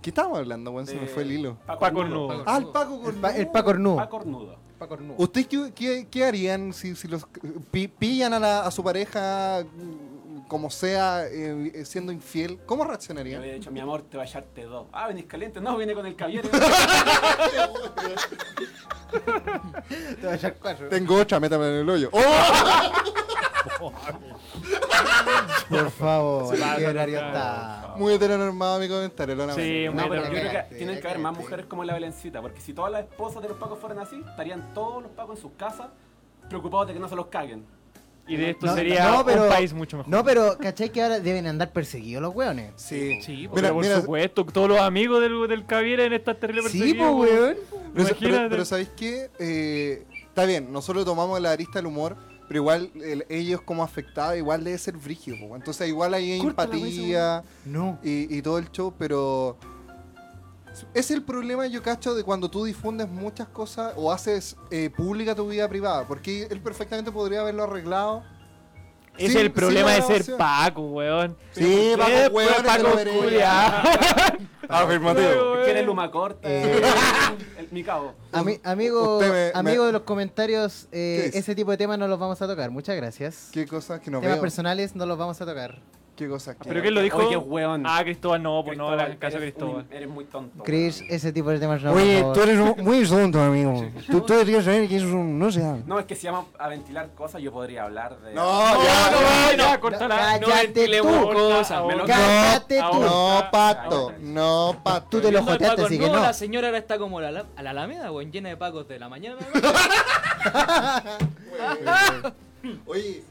S3: ¿qué estábamos hablando, weón?
S1: puerta?
S3: Se me fue el hilo.
S6: Paco
S1: Ornudo.
S6: Nudo.
S3: Ah, el Paco
S2: El,
S3: con...
S2: pa el Paco Ornudo.
S1: Paco Ornudo.
S2: Paco Ornudo.
S3: ¿Ustedes qué, qué- qué harían si, si los pi- pillan a, la- a su pareja mm, como sea, eh, eh, siendo infiel? ¿Cómo
S1: Yo
S3: reaccionarían?
S1: había dicho, mi amor, te va a echarte dos. Ah, venís caliente. No, viene con el caballero.
S2: Te voy a echar cuatro.
S3: Tengo otra, métame en el hoyo. ¡Oh!
S2: Por favor, ¿qué horario
S6: claro.
S2: está?
S3: Muy heteronormado mi comentario, lo
S6: Sí,
S1: no, pero
S6: bueno.
S1: yo creo que
S2: cagaste,
S1: tienen que haber más
S2: cagaste.
S1: mujeres como la Belencita. Porque si todas las esposas de los Pacos fueran así, estarían todos los Pacos en sus casas preocupados de que no se los caguen.
S6: Y de esto
S2: No,
S6: sería
S2: no, pero-
S6: un país mucho mejor.
S2: No, pero ¿cachai que ahora deben andar perseguidos los weones?
S3: Sí.
S7: Sí,
S6: Pero
S3: Mira,
S6: por
S3: mira,
S6: supuesto, todos los amigos del, del Javier en estas terribles
S2: Sí, pues
S6: perseguidas, weón.
S2: weón.
S3: Pero, pero-
S6: Imagínate.
S3: pero ¿sabéis qué? Eh, está bien, nosotros tomamos la arista del humor, pero igual el- ellos como afectados igual debe ser brígido. po. Entonces igual hay empatía
S4: No.
S3: y, y todo el show, pero... Es el problema, yo cacho, de cuando tú difundes muchas cosas o haces eh, pública tu vida privada, porque él perfectamente podría haberlo arreglado.
S6: Es
S3: Sí,
S6: el problema
S3: sí,
S6: de
S3: la
S6: ser
S3: grabación.
S6: Paco, weón.
S3: Sí, Paco,
S6: Eh,
S3: weón,
S6: pues,
S3: es de la
S6: Paco
S3: vereda.
S6: culiao.
S3: Ah, ver, Mateo.
S1: ¿Quién es Luma Corta?
S3: Eh.
S1: El- Mi cabo.
S2: Ami- amigo
S3: Usted me-
S2: amigo
S3: me-
S2: de los comentarios, eh,
S3: ¿Qué es?
S2: ese tipo de temas no los vamos a tocar. Muchas gracias.
S3: ¿Qué cosas que no
S2: temas
S3: veo?
S2: personales no los vamos a tocar.
S3: ¿Qué cosas que
S6: ¿Pero quién lo dijo?
S1: Oye, qué hueón.
S6: Ah, Cristóbal, no, pues no,
S1: Cristóbal,
S6: la casa de
S1: eres un-
S6: Cristóbal.
S1: Eres muy tonto.
S2: Chris,
S1: weón.
S2: ese tipo de temas no. por
S11: Oye,
S2: favor.
S11: tú eres un- muy tonto, amigo. Tú, tú deberías saber que eso es un... No se habla.
S1: No, es que si vamos a ventilar cosas, yo podría hablar de.
S3: No,
S6: No,
S3: ya,
S6: no,
S3: ya.
S6: no, ya, cortala.
S2: cállate tú.
S1: no.
S2: Cállate
S6: No,
S2: tú.
S3: No, pato. No, pato.
S2: Tú te lo
S7: No, Paco,
S2: joteaste, así que
S7: no,
S2: no.
S7: la señora ahora está como la, la- a la Alameda, weón, llena de pacos de la mañana. weón.
S3: Oye.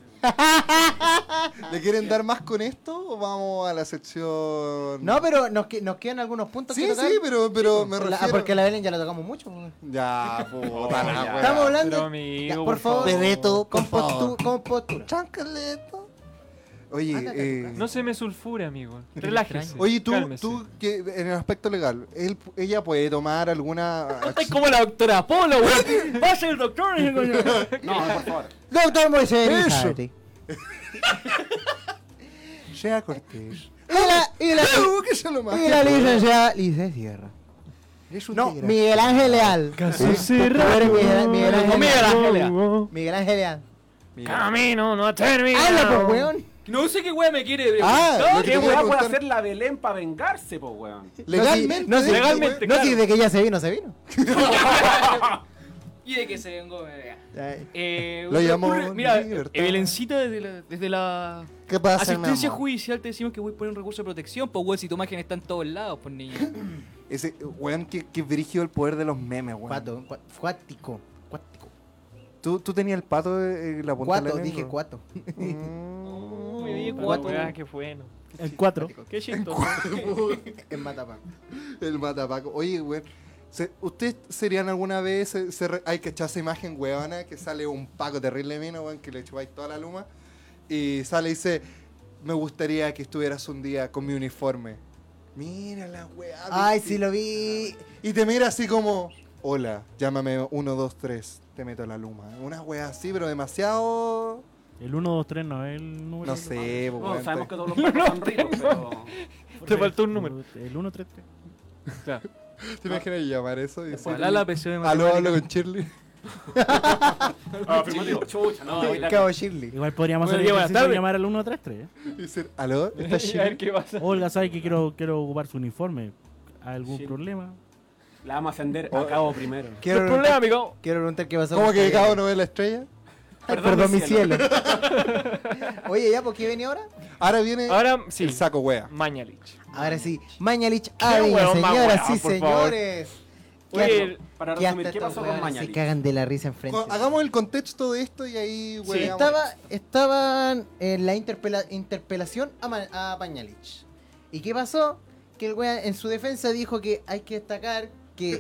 S3: ¿Le quieren dar más con esto o vamos a la sección?
S2: No, pero nos, que- nos quedan algunos puntos
S3: Sí,
S2: que tocar.
S3: sí, pero, pero me
S2: La-
S3: refiero...
S2: porque la Belén ya la tocamos mucho. pues.
S3: Ya, puta la wea.
S2: Estamos hablando.
S6: Pero,
S2: Ya,
S6: amigo,
S2: por,
S6: por
S2: favor,
S6: favor.
S2: Bebeto, con,
S3: por favor.
S2: postu- con postura.
S3: Chancaleto. Oye,
S2: Ándate a tu
S3: eh,
S2: casa.
S6: No se me sulfure, amigo. Relájese.
S3: oye, tú,
S6: cálmese.
S3: tú que en el aspecto legal, él, ella puede tomar alguna.
S7: Estás
S3: acción-
S7: como la doctora Polo, weón. Pasa el doctor.
S1: No, por favor.
S2: Doctor Moisés,
S3: Eso.
S2: Elizalde.
S3: Sea cortés.
S2: y la, y la,
S3: ¡Uh, que se lo mate!
S2: y la licenciada Lice Sierra.
S3: Es un
S2: No,
S3: tigre.
S2: Miguel Ángel Leal.
S6: Caso
S2: Tú eres Miguel, Miguel Ángel
S7: Miguel
S2: Leal.
S7: Ángel
S2: Miguel Ángel Leal.
S6: Camino no termina.
S2: Habla, pues, weón.
S7: No sé qué weón me quiere. weón.
S3: Ah, lo que
S1: ¿Qué
S3: te quería
S1: weón puede
S3: preguntar,
S1: hacer la Belén para vengarse, po, weón?
S3: Legalmente.
S2: No, si,
S6: legalmente,
S2: no, si
S6: claro.
S2: de que ya se vino, se vino.
S7: Y de que se vengó. weón.
S2: Ay,
S7: Eh,
S3: Lo
S7: se
S3: llamó
S7: ocurre- Mira,
S3: libertad.
S7: Belencita desde la, desde la
S3: ¿Qué pasa,
S7: asistencia
S3: mi amor?
S7: judicial te decimos que voy a poner un recurso de protección. Pues, weón, si tu imagen está en todos lados, pues, niña.
S3: Ese, weón, que, que dirigió el poder de los memes, weón.
S2: Cuato, cua- cuático. Cuático.
S3: ¿Tú, tú tenías el pato eh, en la punta de la
S2: Cuato,
S3: lengua?
S2: dije cuato.
S3: Mm.
S7: Uy, oye,
S6: Puta,
S7: guapo.
S6: weá, Ah, qué bueno.
S4: El 4.
S6: Qué chistoso.
S2: En Matapán.
S3: El matapaco. Oye, weón. se- ¿Ustedes serían alguna vez, se, se re- hay que echar esa imagen huevona que sale un paco terrible menos, weón, que le chupáis toda la luma? Y sale y dice, me gustaría que estuvieras un día con mi uniforme. Mira la weá.
S2: Ay,
S3: viste.
S2: sí lo vi.
S3: Y te mira así como, hola, llámame 123, te meto la luma. Una weá así, pero demasiado...
S4: El 1, 2, 3 no es el número.
S3: No sé, po,
S1: Bueno,
S3: weón,
S1: sabemos que
S3: te-
S1: todos los pacos son ricos, pero.
S6: Te faltó un número.
S4: El 1, 3, 3.
S3: ¿Te imaginas llamar eso? Y decir,
S7: Ojalá la PC de
S3: Aló,
S7: matemáticas.
S3: hablo con Shirley.
S1: Ah, Afirmativo. Chucha, no, ahí la-
S2: Cabo Shirley.
S4: Igual podríamos
S6: Bueno,
S4: hacer el
S6: ya, buenas
S4: ejercicio de
S6: tardes.
S4: llamar al 1, 3, 3.
S3: Y decir, aló, ¿estás
S6: Y a ver
S3: Shirley?
S6: qué pasa.
S4: ¿eh? Olga sabe que quiero, quiero ocupar su uniforme. ¿Algún
S1: Sí.
S4: problema?
S1: la vamos a ascender a cabo primero.
S6: No hay
S2: Quiero,
S6: problema, amigo.
S2: quiero preguntar qué pasó.
S3: ¿Cómo
S2: con
S3: que
S2: esta
S3: Cabo
S2: idea.
S3: no ve la estrella?
S2: Perdón, mi cielo. Oye, ya, ¿por qué venía ahora?
S3: Ahora viene
S6: Ahora sí.
S3: el saco wea.
S6: Mañalich.
S2: Ahora sí, Mañalich Ávila,
S6: huevón más
S2: señoras
S6: huevón,
S2: y
S6: por favor.
S2: señores.
S6: Oye,
S1: Para
S2: ¿Qué hasta
S1: resumir, ¿qué
S2: estos
S1: pasó con
S2: huevones se
S1: Mañalich?
S2: cagan de la risa enfrente?
S3: Co- Hagamos el contexto de esto y ahí
S2: Sí,
S3: weamos.
S2: estaba, estaban en la interpela- interpelación a, Ma- a Mañalich. ¿Y qué pasó? Que el wea en su defensa dijo que hay que destacar que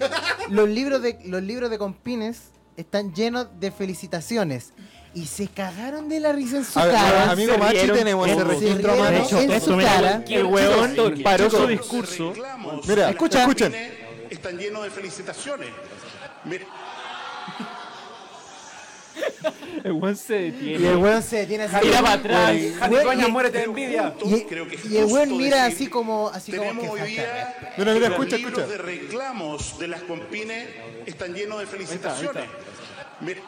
S2: los libros de los libros de compines están llenos de felicitaciones. Y se cagaron de la risa en su
S3: A ver,
S2: cara.
S3: a- amigo Machi tenemos ese
S2: Se
S3: registro a
S2: rieron
S3: mano.
S4: hecho,
S2: en
S4: esto
S2: su
S4: mira,
S2: cara.
S6: el huevón paró su
S3: Chicos.
S6: discurso.
S3: Mira,
S2: Escucha.
S3: escuchen.
S12: Están llenos de felicitaciones. Mira,
S6: El huevón se
S2: Y
S6: detiene.
S2: el weón se detiene así.
S6: Mira para atrás.
S1: Jani
S2: Güey,
S1: Coña,
S2: y-
S1: muérete de envidia.
S12: juntos,
S2: Y,
S12: creo que es
S2: y el weón
S12: justo
S2: mira
S12: decir,
S2: así como, así como
S12: tenemos
S2: que
S12: hoy
S2: falta de
S12: día
S2: respeto.
S3: Mira, mira,
S12: los
S3: escucha,
S12: libros
S3: escucha.
S12: de reclamos de las compines están llenos de felicitaciones. Mira,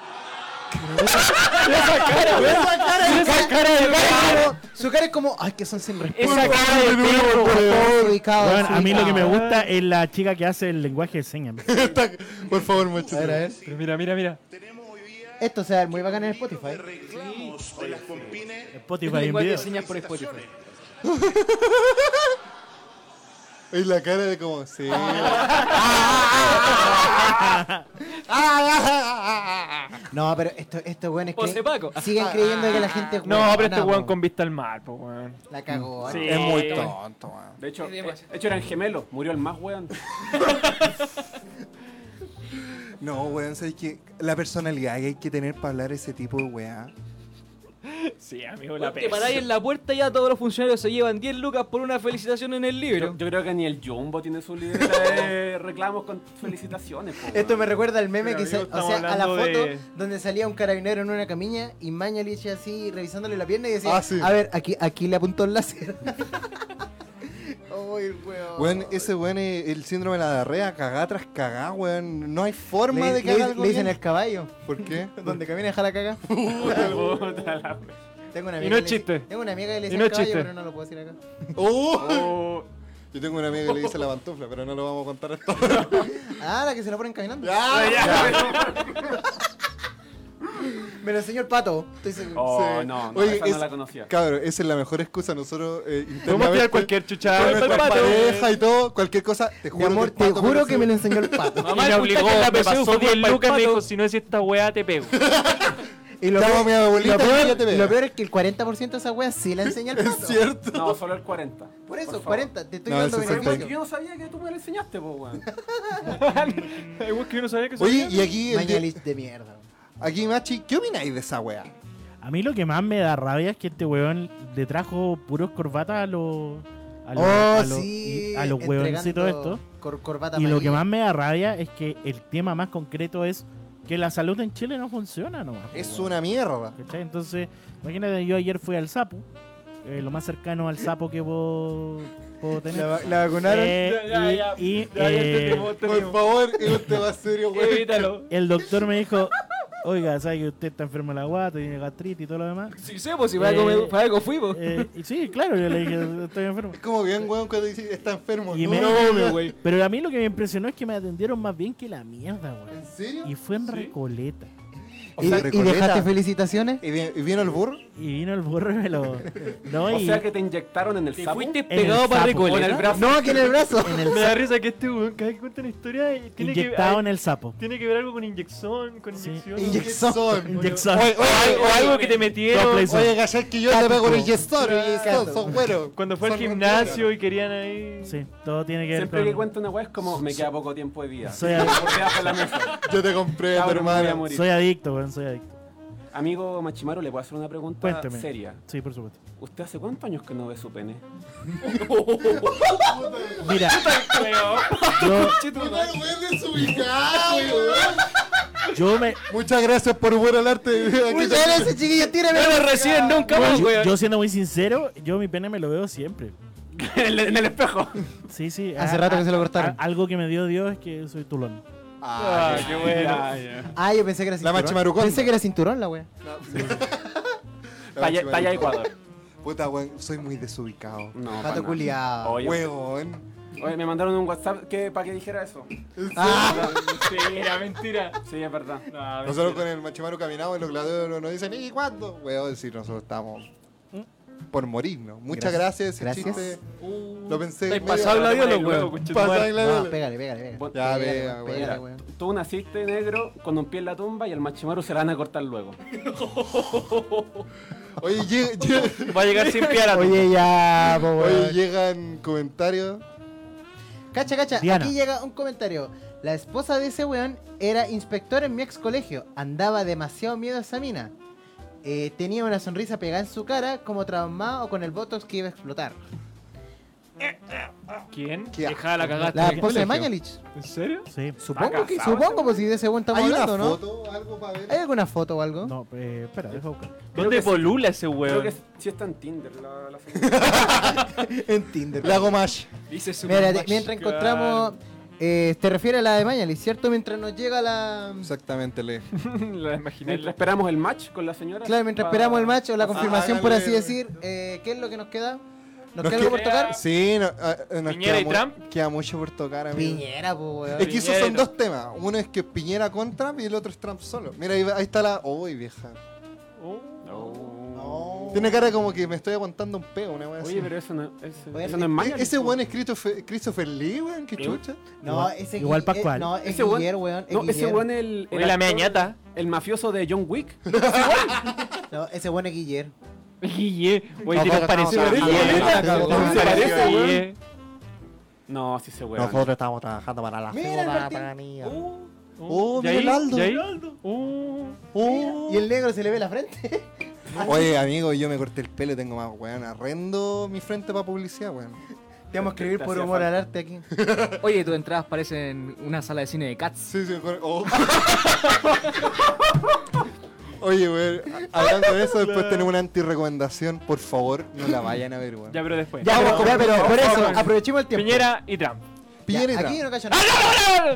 S2: Su cara- su cara es como- Su cara es como, ay, que son sin respeto.
S6: Esa cara de perro,
S2: Todo ubicado,
S6: Ah,
S4: Bueno, a mí lo que me
S2: ubicado.
S4: gusta es la chica que hace el lenguaje de señas.
S3: Está- Por favor, Machi.
S6: Pero mira, mira, mira.
S12: tenemos hoy día
S2: ah". Esto se ve muy bacán en
S12: de
S2: Spotify.
S12: reclamos de las compines
S4: Spotify en
S7: Lenguaje de
S4: video.
S7: señas por Spotify.
S3: Y la cara de como, sí.
S2: No, pero esto, esto bueno, es
S7: Pose
S2: que
S7: Paco.
S2: siguen creyendo que la gente es
S6: No,
S2: huevona,
S6: pero este
S2: po.
S6: weón con vista al mar, po, weón.
S2: La cagó. Eh,
S6: Sí.
S3: Es muy tonto, weón.
S1: De hecho,
S7: Es
S1: eh,
S7: demasiado.
S1: de hecho eran gemelos. Murió el más weón.
S3: No, weón, ¿sabes qué? La personalidad que hay que tener para hablar ese tipo de weá.
S6: Sí, amigo, la
S7: Weón, Te
S6: pesa.
S7: paráis en la puerta y ya todos los funcionarios se llevan 10 lucas por una felicitación en el libro.
S1: Yo, yo creo que ni el Jumbo tiene su libreta de reclamos con felicitaciones. po, weón.
S2: Esto me recuerda al meme
S6: Pero,
S2: que se,
S6: amigo,
S2: o sea,
S6: estamos
S2: a la foto
S6: hablando de-
S2: donde salía un carabinero en una camilla y Mañalich así revisándole la pierna y decía,
S3: Ah, sí.
S2: a ver, aquí, aquí le apuntó el láser. Uy, el weón.
S3: Weón, ese weón es el síndrome de la diarrea, cagá tras cagá, weón. No hay forma
S2: Le-
S3: de que
S2: le-
S3: haga algo
S2: le dicen
S3: bien.
S2: el caballo.
S3: ¿Por qué?
S2: Donde camina deja la caga. Tengo una amiga
S3: Y no
S2: que
S3: es
S2: le-
S3: chiste.
S2: Tengo una amiga que le
S3: Y
S2: dice
S3: no
S2: el
S3: es
S2: caballo,
S3: chiste.
S2: pero no lo puedo decir acá.
S3: Oh. Yo tengo una amiga que le dice la pantufla, pero no lo vamos a contar esto.
S2: Ah, la que se la ponen caminando.
S1: Ah,
S3: Ya, ya.
S2: Me lo enseñó el pato. Estoy seguro.
S1: Oh, no, no, esa no la conocía.
S3: Cabrón, esa es la mejor excusa. Nosotros
S1: Podemos
S3: eh,
S1: tirar
S3: internamente,
S1: cualquier chuchada.
S3: con
S1: El
S3: nuestra
S1: pato.
S3: pareja y todo, cualquier cosa. Te Oh, juro,
S2: amor,
S3: que el pato
S2: te juro que me lo enseñó el pato.
S6: Y me obligó, me pasó 10 lucas y me dijo, si no es esta weá, te pego.
S2: Y lo,
S6: Llamo a mi abuelita
S2: lo
S6: y
S2: peor,
S6: ella te ve.
S2: lo peor es que el 40% de esa wea sí la enseña el pato.
S3: Es cierto.
S1: No, solo el 40.
S2: Por eso,
S1: favor.
S2: 40. Te estoy
S3: No,
S2: dando
S3: el
S1: Pero, weón, que
S2: 25.
S1: Yo no sabía que tú me lo enseñaste, po, weón.
S6: que yo no sabía que
S3: Oye, y aquí. el
S2: Mañalich de mierda.
S3: Aquí, Machi, ¿qué opináis de esa weá?
S4: A mí lo que más me da rabia es que este weón le trajo puros corbatas a los. A los,
S2: Oh,
S4: a los,
S2: sí,
S4: y- a los weoncitos
S2: entregando
S4: estos.
S2: cor- corbata
S4: y lo
S2: amarilla.
S4: que más me da rabia es que el tema más concreto es que la salud en Chile no funciona nomás.
S3: Es
S4: pues, weón.
S3: una mierda.
S4: ¿Cachai? Entonces, imagínate, yo ayer fui al sapo. eh, lo más cercano al sapo que puedo, puedo tener.
S2: La, la vacunaron.
S4: Eh, y- y, eh,
S3: Por favor, es un tema serio, weón.
S4: el doctor me dijo, oiga, ¿sabe que usted está enfermo de la guata, tiene gastritis y todo lo demás?
S7: Sí, sé, pues, si para algo- para algo fui, pues.
S4: eh, y sí, claro, yo le dije, estoy enfermo.
S3: Es como bien, weón, cuando dices, está enfermo.
S4: Y
S3: no,
S4: me-
S3: no, güey.
S4: Pero a mí lo que me impresionó es que me atendieron más bien que la mierda, güey.
S3: ¿En serio?
S4: Y fue en Recoleta.
S3: O
S2: ¿Y,
S3: sea,
S2: y
S3: Recoleta.
S2: dejaste felicitaciones?
S3: ¿Y vi- y vino el burro?
S4: Y vino el burro y me lo... No,
S1: O
S4: y-
S1: sea que te inyectaron en el sapo.
S4: fuiste
S1: En
S4: pegado
S1: el
S4: para
S1: sapo.
S4: Recoleta.
S1: O en el brazo.
S2: No, aquí en el brazo.
S4: En el
S6: Me da
S4: sapo.
S6: risa que este weón cada vez que cuenta una historia eh, tiene que,
S4: Inyectado
S6: ay,
S4: en el sapo.
S6: tiene que ver algo con inyección, con inyección.
S3: Inyección.
S4: Inyección.
S6: O, o- o algo que te metieron.
S4: Complex.
S3: Oye, cachai, que yo te pego con el gestor.
S2: Cático.
S3: el gestor, Son güeros.
S6: Cuando fue al
S3: Son
S6: gimnasio y querían ahí.
S4: Sí, todo tiene que ver
S1: Siempre que
S4: con...
S1: cuento una weá es como, me queda poco tiempo de vida.
S4: Soy-
S1: Por debajo de la mesa.
S3: Yo te compré,
S1: Cabrón, me voy a
S3: hermano.
S1: morir.
S4: Soy adicto, güey, soy adicto.
S1: Amigo Machimaru, ¿le puedo hacer una pregunta
S4: Cuénteme.
S1: seria?
S4: Sí, por supuesto.
S1: ¿Usted hace cuántos años que no ve su pene?
S4: Mira, yo,
S3: Puta, güey, desubicado, güey.
S4: yo me...
S3: Muchas gracias por buen al arte. Aquí
S2: Muchas
S3: te-
S2: gracias, chiquillos. Tírenme.
S6: recién nunca
S4: Bueno,
S6: más,
S4: yo,
S6: weón.
S4: yo siendo muy sincero, yo mi pene me lo veo siempre.
S1: en, el, en el espejo.
S4: Sí, sí.
S2: Hace rato que se lo cortaron.
S4: a- algo que me dio Dios es que soy tulón.
S3: Ah,
S1: qué bueno.
S2: Ah, yo pensé que era
S3: La
S2: cinturón.
S3: machimaruconda.
S2: pensé que era cinturón la wea.
S1: Talla, talla Ecuador.
S3: Puta, weón, soy muy desubicado.
S1: No, pa'
S2: Pato
S1: nada.
S2: culiado.
S1: Oye,
S3: Weón.
S1: oye, me mandaron un WhatsApp que, para que dijera eso.
S6: Ah, mentira, mentira.
S1: Sí, es verdad.
S3: Nosotros
S6: No, Ah, mentira.
S3: con el machimaru caminamos y los gladiadores nos dicen, ¿y cuándo? Weón, si nosotros estamos por morirnos. Muchas gracias,
S2: Gracias.
S3: ese chiste.
S6: Uh,
S3: Lo pensé.
S6: Estáis
S3: media-
S6: pasado la diola,
S1: Luego,
S6: weón.
S3: Pasado
S6: Conchetumare.
S3: el
S2: No,
S3: gladiador.
S2: pégale, pégale, pégale.
S1: Ya,
S2: Pégale,
S3: vega,
S2: weón, pégale, weón.
S1: Tú naciste negro con un pie en la tumba y el Machimaru se la van a cortar luego.
S3: Oye, lle- lle-
S6: Va a llegar sin piara.
S2: Oye, ya, po, weón.
S3: oye, llegan comentarios.
S2: Cacha, cacha,
S4: Diana.
S2: aquí llega un comentario. La esposa de ese weón era inspector en mi ex colegio. Andaba demasiado miedo a esa mina. Eh, tenía una sonrisa pegada en su cara, como traumado o con el botox que iba a explotar.
S6: ¿Quién?
S3: Qué
S6: Dejada la cagada.
S2: La
S6: ¿En
S2: esposa de
S6: Ah, colegio?
S2: Mañalich.
S6: ¿En serio?
S4: Sí.
S2: Supongo que,
S1: casado
S2: supongo, pues si de ese weón estamos
S3: ¿Hay una
S2: hablando, ¿no? Eh.
S3: foto o algo para
S2: ¿Hay
S3: ver?
S2: alguna foto o algo?
S4: No, eh, espera, deja buscar.
S6: ¿Dónde
S1: que sí.
S6: polula ese
S1: Creo que
S6: weón?
S1: sí está en Tinder la, la señora.
S2: en Tinder.
S3: La gomash.
S6: Dice su
S2: Mira,
S6: mamá,
S2: mientras
S6: chica.
S2: encontramos. eh, te refieres a la de Mañalich, ¿cierto? Mientras nos llega la.
S3: Exactamente, le.
S6: La imaginé.
S1: Mientras esperamos el match con la señora.
S2: Claro, mientras
S1: pa-
S2: esperamos el match o la confirmación, por así
S3: hágale.
S2: decir, eh, ¿qué es lo que nos queda? ¿Nos,
S3: Nos
S2: queda algo
S3: queda-
S2: por tocar?
S3: Sí, no, ah, eh, nos
S6: Piñera
S3: queda,
S6: y
S3: mu-
S6: Trump.
S3: queda mucho por tocar, amigo.
S2: Piñera, po, weón.
S3: Es que esos
S6: Piñera
S3: son
S6: y
S3: dos temas. Uno es que Piñera con Trump y el otro es Trump solo. Mira, ahí, va- ahí está la. Uy, vieja.
S6: Oh.
S1: No.
S3: Tiene cara como que me estoy aguantando un peo, una wea
S1: Oye,
S3: así.
S1: pero eso no, eso,
S2: Oye,
S1: eso no es Mañalich.
S3: E- Ese
S1: po.
S3: weón es Christopher, Christopher Lee, weón, que
S1: ¿Sí?
S3: chucha.
S2: No,
S4: Igual-
S2: ese
S4: igual
S2: Gui-
S4: Pascual.
S2: eh, No, ese
S1: Ese weón-
S2: Guillermo, weón. es
S1: No, ese
S2: Guillermo.
S1: weón es el. el
S6: Oye, la
S1: actor-
S6: meañata.
S1: El mafioso de John Wick.
S2: No, ese weón es Guillermo.
S6: Guille. Oye,
S3: No,
S6: tiene
S3: no,
S6: un parecido.
S3: no,
S6: Guille.
S3: no, no, no,
S2: no,
S6: Tiene un
S2: no,
S6: parecido,
S1: Ah, no,
S6: Guille.
S1: No, sí, ese weón.
S11: estamos trabajando para
S3: Ah,
S11: la
S2: Mira, el Martín.
S3: Oh,
S6: ¿Y
S3: mira el
S6: Uh, ahí?
S3: Aldo.
S6: ¿Y ahí? Oh.
S3: Oh.
S2: Y el negro se le ve la frente.
S3: Oye, amigo, yo me corté el pelo y tengo más, weón. Arrendo mi frente para publicidad, weón.
S2: Te vamos a escribir
S1: Te
S2: por
S1: hacía
S2: humor
S1: falta.
S2: al arte aquí.
S7: Oye, tus entradas parecen una sala de cine de Cats.
S3: Sí, sí, corre- oh. Oye, weón, hablando de eso, después tenemos una antirecomendación. Por favor, no la vayan a ver, weón.
S6: Ya, pero después.
S2: Ya, pero, ya, pero por eso,
S6: Vamos.
S2: aprovechemos el tiempo.
S6: Piñera y Trump.
S2: Ya,
S3: Piñera.
S2: Aquí no cachan nada.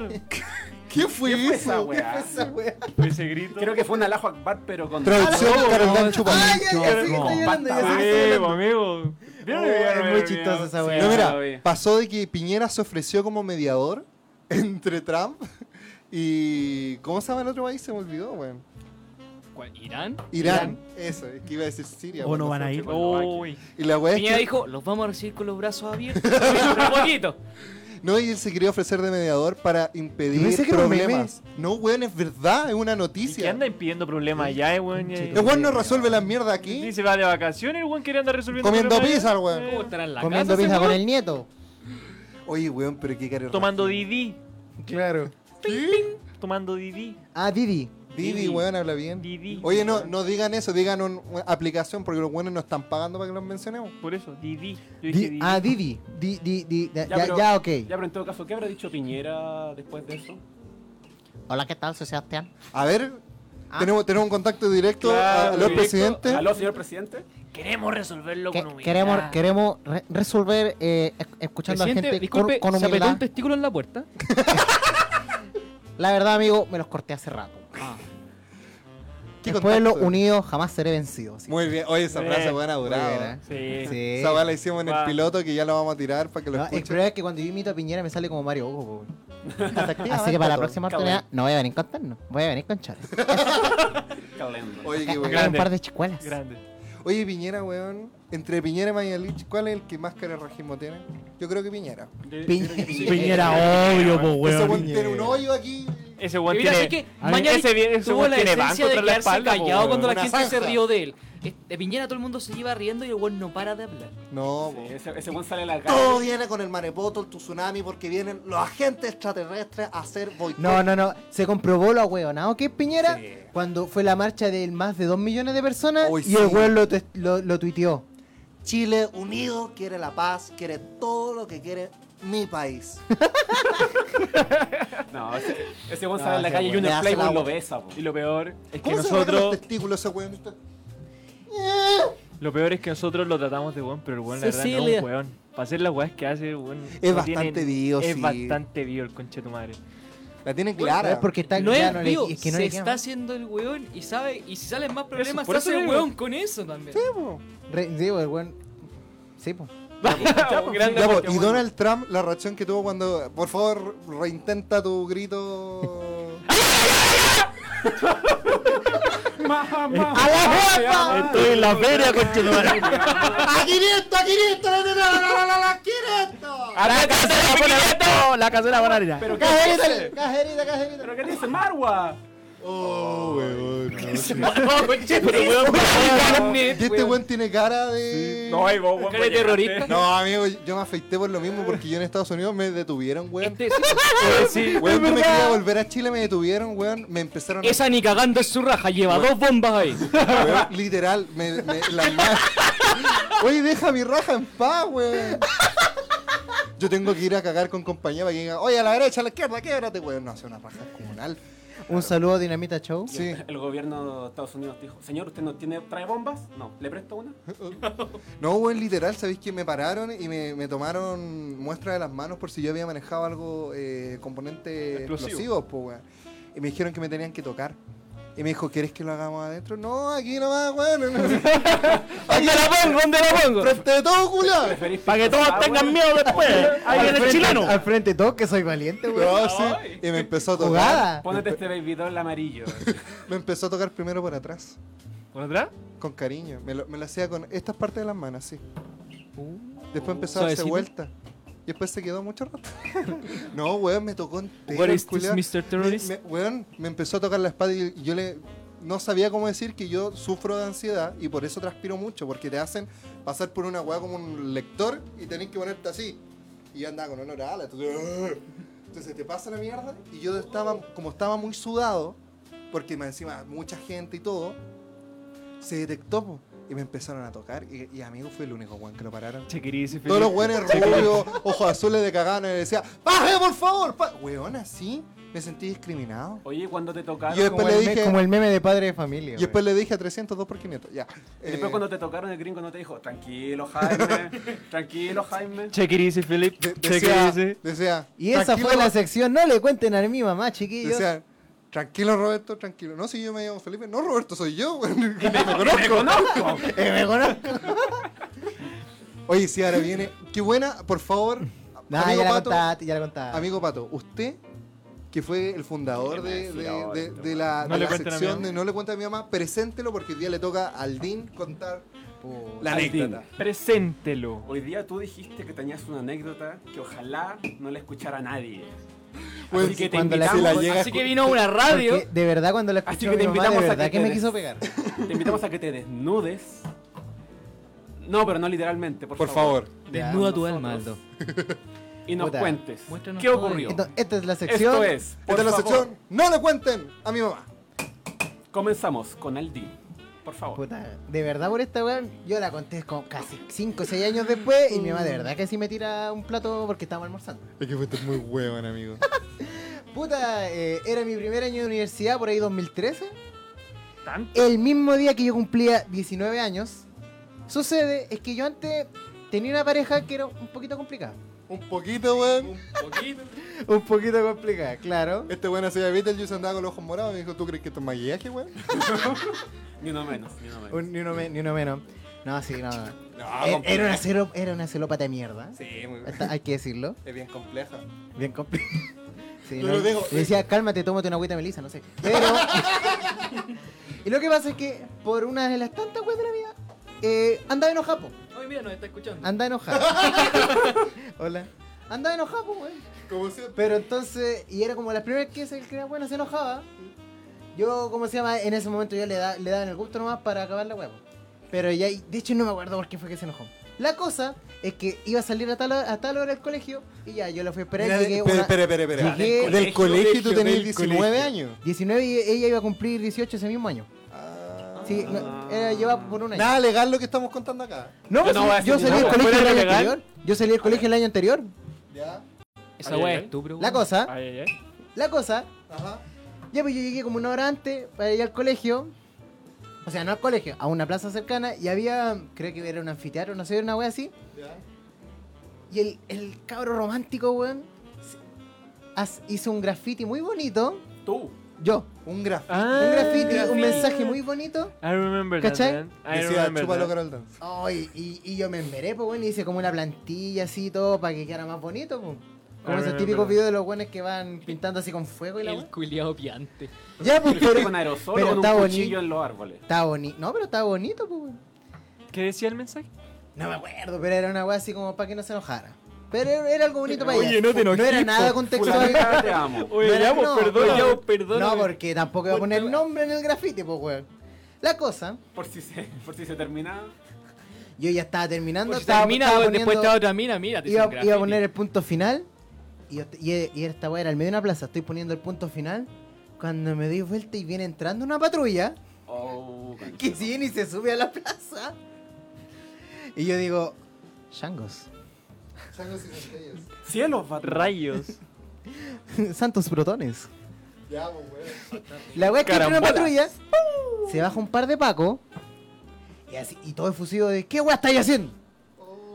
S3: ¿Qué fue
S1: ¿Qué fue
S3: eso?
S1: esa
S3: ¿Qué
S1: weá?
S3: fue esa weá?
S6: Fue ese grito.
S1: Creo que fue un alajo Akbar, pero con.
S3: Traducción,
S1: Ah, no,
S3: Carolán
S1: no,
S3: Chupa.
S2: Ay, ay, ay, sí que
S1: No,
S2: estoy llorando, ya sé
S1: basta,
S2: que estoy
S6: Amigo,
S2: llorando.
S6: Ah, pues, amigo. Mira,
S2: Oh,
S6: mira,
S2: es
S6: mira,
S2: muy
S6: mira.
S2: chistosa esa
S6: Sí,
S2: weá.
S3: No,
S6: la vi.
S3: mira, pasó de que Piñera se ofreció como mediador entre Trump y. ¿Cómo se llama el otro país? Se me olvidó, weón.
S7: ¿Cuál? ¿Irán?
S3: Irán. Eso, es que iba a decir Siria.
S4: O
S3: weón,
S4: no van
S3: sé.
S4: a ir.
S6: Uy.
S3: Y la weá es
S7: Piñera
S3: que.
S7: dijo, los vamos a recibir con los brazos abiertos. Un poquito.
S3: No, y él se quería ofrecer de mediador para
S2: Yo
S3: impedir
S2: pensé que era un
S3: problemas. No, weón, es verdad, es una
S6: ¿Y qué
S3: noticia.
S6: anda impidiendo problemas allá, eh, weón?
S3: El weón no resuelve la mierda aquí.
S6: Y se va de vacaciones, el weón quiere andar resolviendo
S3: Comiendo
S6: problemas allá.
S3: pizza, weón.
S6: Eh,
S7: ¿Cómo estarán en la
S2: Comiendo
S7: casa,
S2: pizza
S7: ese
S2: con
S7: weón?
S2: el nieto.
S3: Oye, weón, pero qué caro.
S6: Tomando Didi.
S2: Claro.
S6: Tomando Didi.
S2: Ah, Didi.
S3: Didi,
S6: Didi.
S3: weón, habla bien.
S6: Didi.
S3: Oye, no, no digan eso, digan un- una aplicación porque los buenos no están pagando para que los mencionemos.
S6: Por eso, Didi. Yo dije
S2: Di-
S6: Didi.
S2: ah, Didi. Di- di- di- ya,
S1: Ya,
S2: ya,
S1: pero-
S2: ya, ok.
S1: Ya, pero en todo caso, ¿qué habrá dicho Piñera después de eso?
S2: Hola, ¿qué tal? Soy Sebastián.
S3: A ver,
S2: Ah.
S3: tenemos, tenemos un contacto directo a-
S1: Claro,
S3: a los
S1: directo.
S3: presidentes.
S1: Aló, señor presidente.
S8: Queremos resolverlo
S2: Que-
S8: con humildad.
S2: queremos queremos re- resolver eh, esc- escuchando
S7: Presidente,
S2: a gente con-
S7: disculpe,
S2: con,
S7: ¿se apretó
S2: humildad.
S7: un testículo en la puerta?
S2: La verdad, amigo, me los corté hace rato.
S3: ¿Qué
S2: el pueblo
S3: contacto?
S2: unido jamás seré vencido. así.
S3: Muy bien, oye, esa frase
S6: Eh,
S3: buena
S2: muy
S3: durado.
S2: buena.
S6: Sí.
S2: Sí.
S3: Esa weá la hicimos en el
S6: Va.
S3: piloto que ya la vamos a tirar para que lo
S2: No, el
S3: escuchen.
S2: problema es que cuando yo imito a Piñera me sale como Mario Hugo, po, weón. Así
S3: Marco,
S2: que para la próxima
S1: cabrón.
S2: oportunidad no voy a venir con terno, voy a venir con chores.
S1: Calendo.
S3: Oye, qué weón.
S2: Acá hay un par de chicuelas.
S6: Grande.
S3: Oye, Piñera, weón. Entre Piñera y Mañalich, ¿cuál es el que más carerrajismo tiene? Yo creo que Piñera.
S4: Piñera, obvio, po,
S3: Ese
S4: weón.
S3: weón tiene un hoyo aquí.
S6: Ese weón
S7: Mira,
S6: tiene.
S7: sé que
S4: A ver,
S7: mañana
S6: ese bien- ese
S7: tuvo
S6: weón
S7: la
S6: tiene
S7: esencia
S6: banco
S7: de
S6: tras la
S7: quedarse
S6: espalda, po,
S7: callado cuando la
S3: una
S7: gente se
S3: zanja.
S7: rió de él. Eh, De Piñera todo el mundo se iba riendo y el weón no para de hablar.
S3: No,
S1: Sí,
S3: po.
S1: ese, ese buen sale a la
S3: Todo
S1: calle.
S3: viene con el marepoto, el tsunami, porque vienen los agentes extraterrestres a hacer boicot.
S2: No, no, no. Se comprobó lo hueonado que es Piñera
S1: Sí.
S2: cuando fue la marcha de más de 2 millones de personas
S3: Uy,
S2: y
S3: sí.
S2: el weón lo, tuit- lo, lo tuiteó.
S3: Chile unido quiere la paz, quiere todo lo que quiere mi país.
S1: No, ese, ese buen
S2: No,
S1: sale a la
S2: ese
S1: calle y
S2: weón.
S1: un
S2: Le hace la
S1: playboy lo
S2: boca.
S1: besa, po.
S6: Y lo peor es que
S3: ¿Cómo se este sacan los
S6: nosotros.
S3: testículos ese weón? Está-
S6: Lo peor es que nosotros lo tratamos de weón, pero el weón la verdad no es
S7: Cecilia.
S6: un weón. Para hacer las weas que hace, weón.
S3: Es
S6: no tiene-
S3: bastante vivo,
S6: Es
S3: sí.
S6: bastante vivo el conche de tu madre.
S3: La tiene
S2: Es
S3: clara.
S2: porque está
S7: no
S2: ya
S7: es
S2: le-
S7: vivo,
S2: es que no
S7: se
S2: le
S7: está
S2: queda-
S7: haciendo el weón y sabe, y si salen más problemas,
S6: por
S7: se hace
S6: eso
S7: el
S6: digo.
S7: weón con eso también.
S2: Re- sí, pues, el weón. Sí, pues.
S6: Grande
S3: Ya, po,
S6: porque,
S3: y
S6: weón.
S3: Donald Trump, la reacción que tuvo cuando. Por favor, reintenta tu grito.
S6: Estoy en la feria, conche tu madre.
S3: ¡A 500, a 500! ¡La, la, la, la, la, 500!
S6: ¡La casera pone esto! ¡La casera van a tirar!
S1: Pero qué
S2: Cajerita, cajerita, cajerita.
S1: pero qué dice Marwa.
S3: Oh, weón.
S6: pues,
S7: Carne,
S3: Y este weón tiene cara de.
S6: No, hay vos, weón.
S7: Cara de terrorista.
S3: No, amigo, yo me afeité por lo mismo porque yo en Estados Unidos me detuvieron, weón.
S7: Este, sí,
S6: Sí,
S3: Weón, yo me quería volver a Chile, me detuvieron, weón. Me empezaron a.
S7: esa ni cagando es su raja, lleva dos bombas ahí.
S3: Weón, literal, me, me las manos. Oye, deja mi raja en paz, weón. Yo tengo que ir a cagar con compañía para que digan, oye, a la derecha, a la izquierda, québrate, weón. No, hace una raja comunal.
S2: Un saludo a Dinamita Show.
S3: Sí.
S1: El gobierno de Estados Unidos dijo, señor, ¿usted no tiene, trae bombas? No, ¿le presto una?
S3: No, weón, literal, sabéis que me pararon y me, me tomaron muestra de las manos por si yo había manejado algo, eh, componente
S6: Explosivo.
S3: explosivos, pues, weón. Y me dijeron que me tenían que tocar. Y me dijo, ¿quieres que lo hagamos adentro? No, aquí nomás, weón. aquí,
S7: ¿Dónde la pongo? ¿Dónde la pongo?
S3: frente de todo, culiao.
S1: Para que todos tengan miedo después.
S4: Ahí viene el chileno.
S2: Al frente de todo, que soy valiente, weón.
S3: No, sí. Y me empezó a tocar.
S2: Jugada.
S1: Pónete este baby doll amarillo.
S3: Me empezó a tocar primero por atrás,
S6: ¿Por atrás?
S3: con cariño. Me lo, me lo hacía con estas partes de las manos, sí. Después empezó a
S7: Uh. ¿Suavecito?
S3: darse vuelta. Y después se quedó mucho rato. no, weón, me tocó entero.
S7: What
S3: el
S7: is this,
S3: culiao.
S7: Mr. Terrorist?
S3: Me, me- weón, me empezó a tocar la espalda y yo le... No sabía cómo decir que yo sufro de ansiedad y por eso transpiro mucho, porque te hacen pasar por una weá como un lector y tenés que ponerte así. Y yo andaba con honor a ala. Entonces, ¡ah! entonces te pasa la mierda y yo estaba, como estaba muy sudado, porque más encima mucha gente y todo, se detectó po, y me empezaron a tocar. Y, y amigo, fue el único weón que lo pararon.
S6: Chequiris y
S3: Todos los
S6: Felipe.
S3: weones rubios, ojos azules de cagana, y decía, ¡Baje, por favor! pa-". Weón, así. me sentí discriminado.
S1: Oye, cuando te tocaron.
S3: Yo después
S2: Como,
S3: le
S2: el me-
S3: dije-
S2: como el meme de padre de familia.
S3: Y después le dije a 302 por 500. Ya.
S1: Y después
S3: Eh,
S1: cuando te tocaron el gringo no te dijo, tranquilo Jaime, tranquilo Jaime.
S6: Check it easy, Philip.
S3: de-
S6: Check
S3: decía-
S6: it easy.
S3: decía,
S2: Y esa
S3: "Tranquilo,
S2: fue la sección. No le cuenten a mi mamá, chiquillos.
S3: Decían, tranquilo Roberto, tranquilo. No, si yo me llamo Felipe. No, Roberto, soy yo. güey. me,
S1: me conozco.
S2: Eh, me conozco.
S3: Oye, si ahora viene. Qué buena, por favor.
S2: Nah, ya la contaste, ya la contaste.
S3: Amigo Pato, usted, que fue el fundador de, de- de- de la,
S6: No
S3: de
S6: le
S3: la
S6: cuenten a mi
S3: sección
S6: mamá.
S3: de No le cuente a mi mamá, preséntelo porque hoy día le toca al DIN contar la
S1: Al Dean.
S3: anécdota.
S6: Preséntelo.
S1: Hoy día tú dijiste que tenías una anécdota que ojalá no la escuchara nadie.
S3: Bueno,
S1: Así que te
S2: cuando la-
S1: invitamos,
S3: si Pues, la llega-
S7: Así que vino una radio.
S2: Porque de verdad, cuando la
S1: Así
S2: escuché,
S1: que te
S2: mi mamá, de
S1: invitamos a
S2: verdad
S1: que
S2: que
S1: te
S2: me
S1: des-
S2: quiso pegar.
S1: te invitamos a que te desnudes. No, pero no literalmente, por,
S3: Por favor.
S7: Desnuda tu
S1: Nosotros.
S7: alma, Aldo.
S1: Y nos
S2: Puta.
S1: cuentes.
S7: Muéstranos
S1: ¿Qué
S7: todo.
S1: ocurrió?
S2: Entonces, esta es la sección.
S1: Esto es. Por
S3: Esta es la
S1: favor.
S3: sección No le cuenten a mi mamá.
S1: Comenzamos con Aldi. Por favor.
S2: Puta, de verdad por esta weón, yo la conté como casi 5 o 6 años después y mi mamá de verdad que sí me tira un plato porque estábamos almorzando.
S3: Es que fuiste muy huevón, amigo.
S2: Puta, eh, era mi primer año de universidad, por ahí 2013.
S6: ¿Tanto?
S2: El mismo día que yo cumplía 19 años, sucede es que yo antes tenía una pareja que era un poquito complicada.
S3: Un poquito, weón.
S2: Un poquito complicada, claro.
S3: Este weón hacía Beetlejuice andaba con los ojos morados. Me dijo, ¿tú crees que esto es maquillaje, weón?
S1: Ni uno menos, ni uno menos.
S2: Un- ni, uno me- ni uno menos. No, sí, no.
S3: No,
S2: Era-
S3: compleja.
S2: Era una, celo- era una celópata de mierda.
S3: Ah, Sí, muy
S2: Hasta- Hay que decirlo.
S3: Es bien compleja.
S2: Bien complicado. Sí,
S3: Yo
S2: no,
S3: lo digo.
S2: le decía, cálmate, tómate una agüita de melisa, no sé. Pero. y lo que pasa es que, por una de las tantas weas de la vida, eh, andaba enojado. po.
S7: Ay, mira, nos está escuchando.
S2: Andaba enojado. Hola. Andaba enojado, po, wey.
S3: Como siempre.
S2: Pero entonces, y era como las primeras que se creía bueno, se enojaba. Yo, ¿cómo se llama? En ese momento yo le, da, le daba en el gusto nomás para acabar la huevo. Pero ya, de hecho no me acuerdo por qué fue que se enojó. La cosa es que iba a salir a tal, hora- a tal hora del colegio y ya, yo la fui a esperar. y
S3: Mira,
S2: llegué
S3: Espera,
S2: una-
S3: espera, espera, espera.
S2: llegué-
S3: Del colegio tú tenías
S2: del
S3: 19 años.
S2: 19 y ella iba a cumplir 18 ese mismo año. Sí, no, era, lleva por un año.
S3: Ah. Nada legal lo que estamos contando acá.
S2: no,
S1: Ah. yo no
S2: pues sí,
S1: voy a
S2: yo
S1: decir
S2: salí del
S1: nada.
S2: colegio el
S6: ¿Fuera
S2: año
S6: legal?
S2: anterior. Uh. Yo salí del colegio el año anterior.
S3: Ya.
S7: Esa
S6: Ay,
S7: weá
S6: ay,
S7: es tu pregunta.
S2: La cosa,
S6: Ay, ay, ay.
S2: la cosa
S3: Ajá.
S2: Ya, pues yo llegué como una hora antes para ir al colegio. O sea, no al colegio, a una plaza cercana. Y había, creo que era un anfiteatro, no sé, era una wea así.
S3: Ya.
S2: Y el, el cabro romántico, weón, se- haz- hizo un graffiti muy bonito.
S1: Tú.
S2: Yo.
S3: Un graf.
S6: Ah,
S2: Un graffiti, un
S6: graffiti.
S2: mensaje muy bonito.
S6: I remember
S2: ¿Cachai?
S6: that, man. I
S3: Decía,
S6: remember
S3: chúpalo,
S6: that.
S3: Carol Dance.
S2: Oh, y, y- y yo me enveré, pues, weón, y hice como una plantilla así y todo para que quedara más bonito, pues. Como
S6: Ah,
S2: esos
S6: bueno,
S2: típicos
S6: bueno.
S2: videos de los weones que van pintando así con fuego y la
S7: El
S2: wea.
S7: culiado piante.
S2: Ya, pues,
S1: Pero, con
S2: pero.
S1: aerosol
S2: pero
S1: o con un
S2: está
S1: cuchillo
S2: boni-
S1: en los árboles.
S2: Estaba bonito. No, pero estaba bonito, pues, weón.
S6: ¿Qué decía el mensaje?
S2: No me acuerdo, pero era una weá así como para que no se enojara. Pero era era algo bonito para ella.
S9: Oye, no te
S2: No
S9: enojes,
S2: era nada contextual.
S1: Fulanita, te amo.
S2: No
S6: Oye,
S2: era-
S6: ya, vos,
S2: no,
S6: perdón,
S2: no.
S6: ya, vos, perdón.
S2: No, porque tampoco iba a poner nombre en el grafiti, pues weón. La cosa,
S1: Por si se, por si se terminaba.
S2: yo ya estaba terminando,
S7: Por si
S2: estaba,
S7: termina,
S2: estaba
S7: weón, después
S2: poniendo-
S7: está otra mina, mira. te hizo un
S2: iba, iba a
S7: graffiti.
S2: poner el punto final. Y, yo- y- y esta weá era al medio de una plaza. Estoy poniendo el punto final. Cuando me doy vuelta y viene entrando una patrulla.
S1: Oh,
S2: que viene y se sube a la plaza. Y yo digo, Shangos.
S3: Sangos y centellas.
S1: Cielos, Batman.
S6: Rayos.
S2: Santos protones.
S3: Ya, pues, weón.
S2: La wea es que entra una patrulla, se baja un par de pacos y, así, y todo efusivo de ¿qué wea estáis haciendo?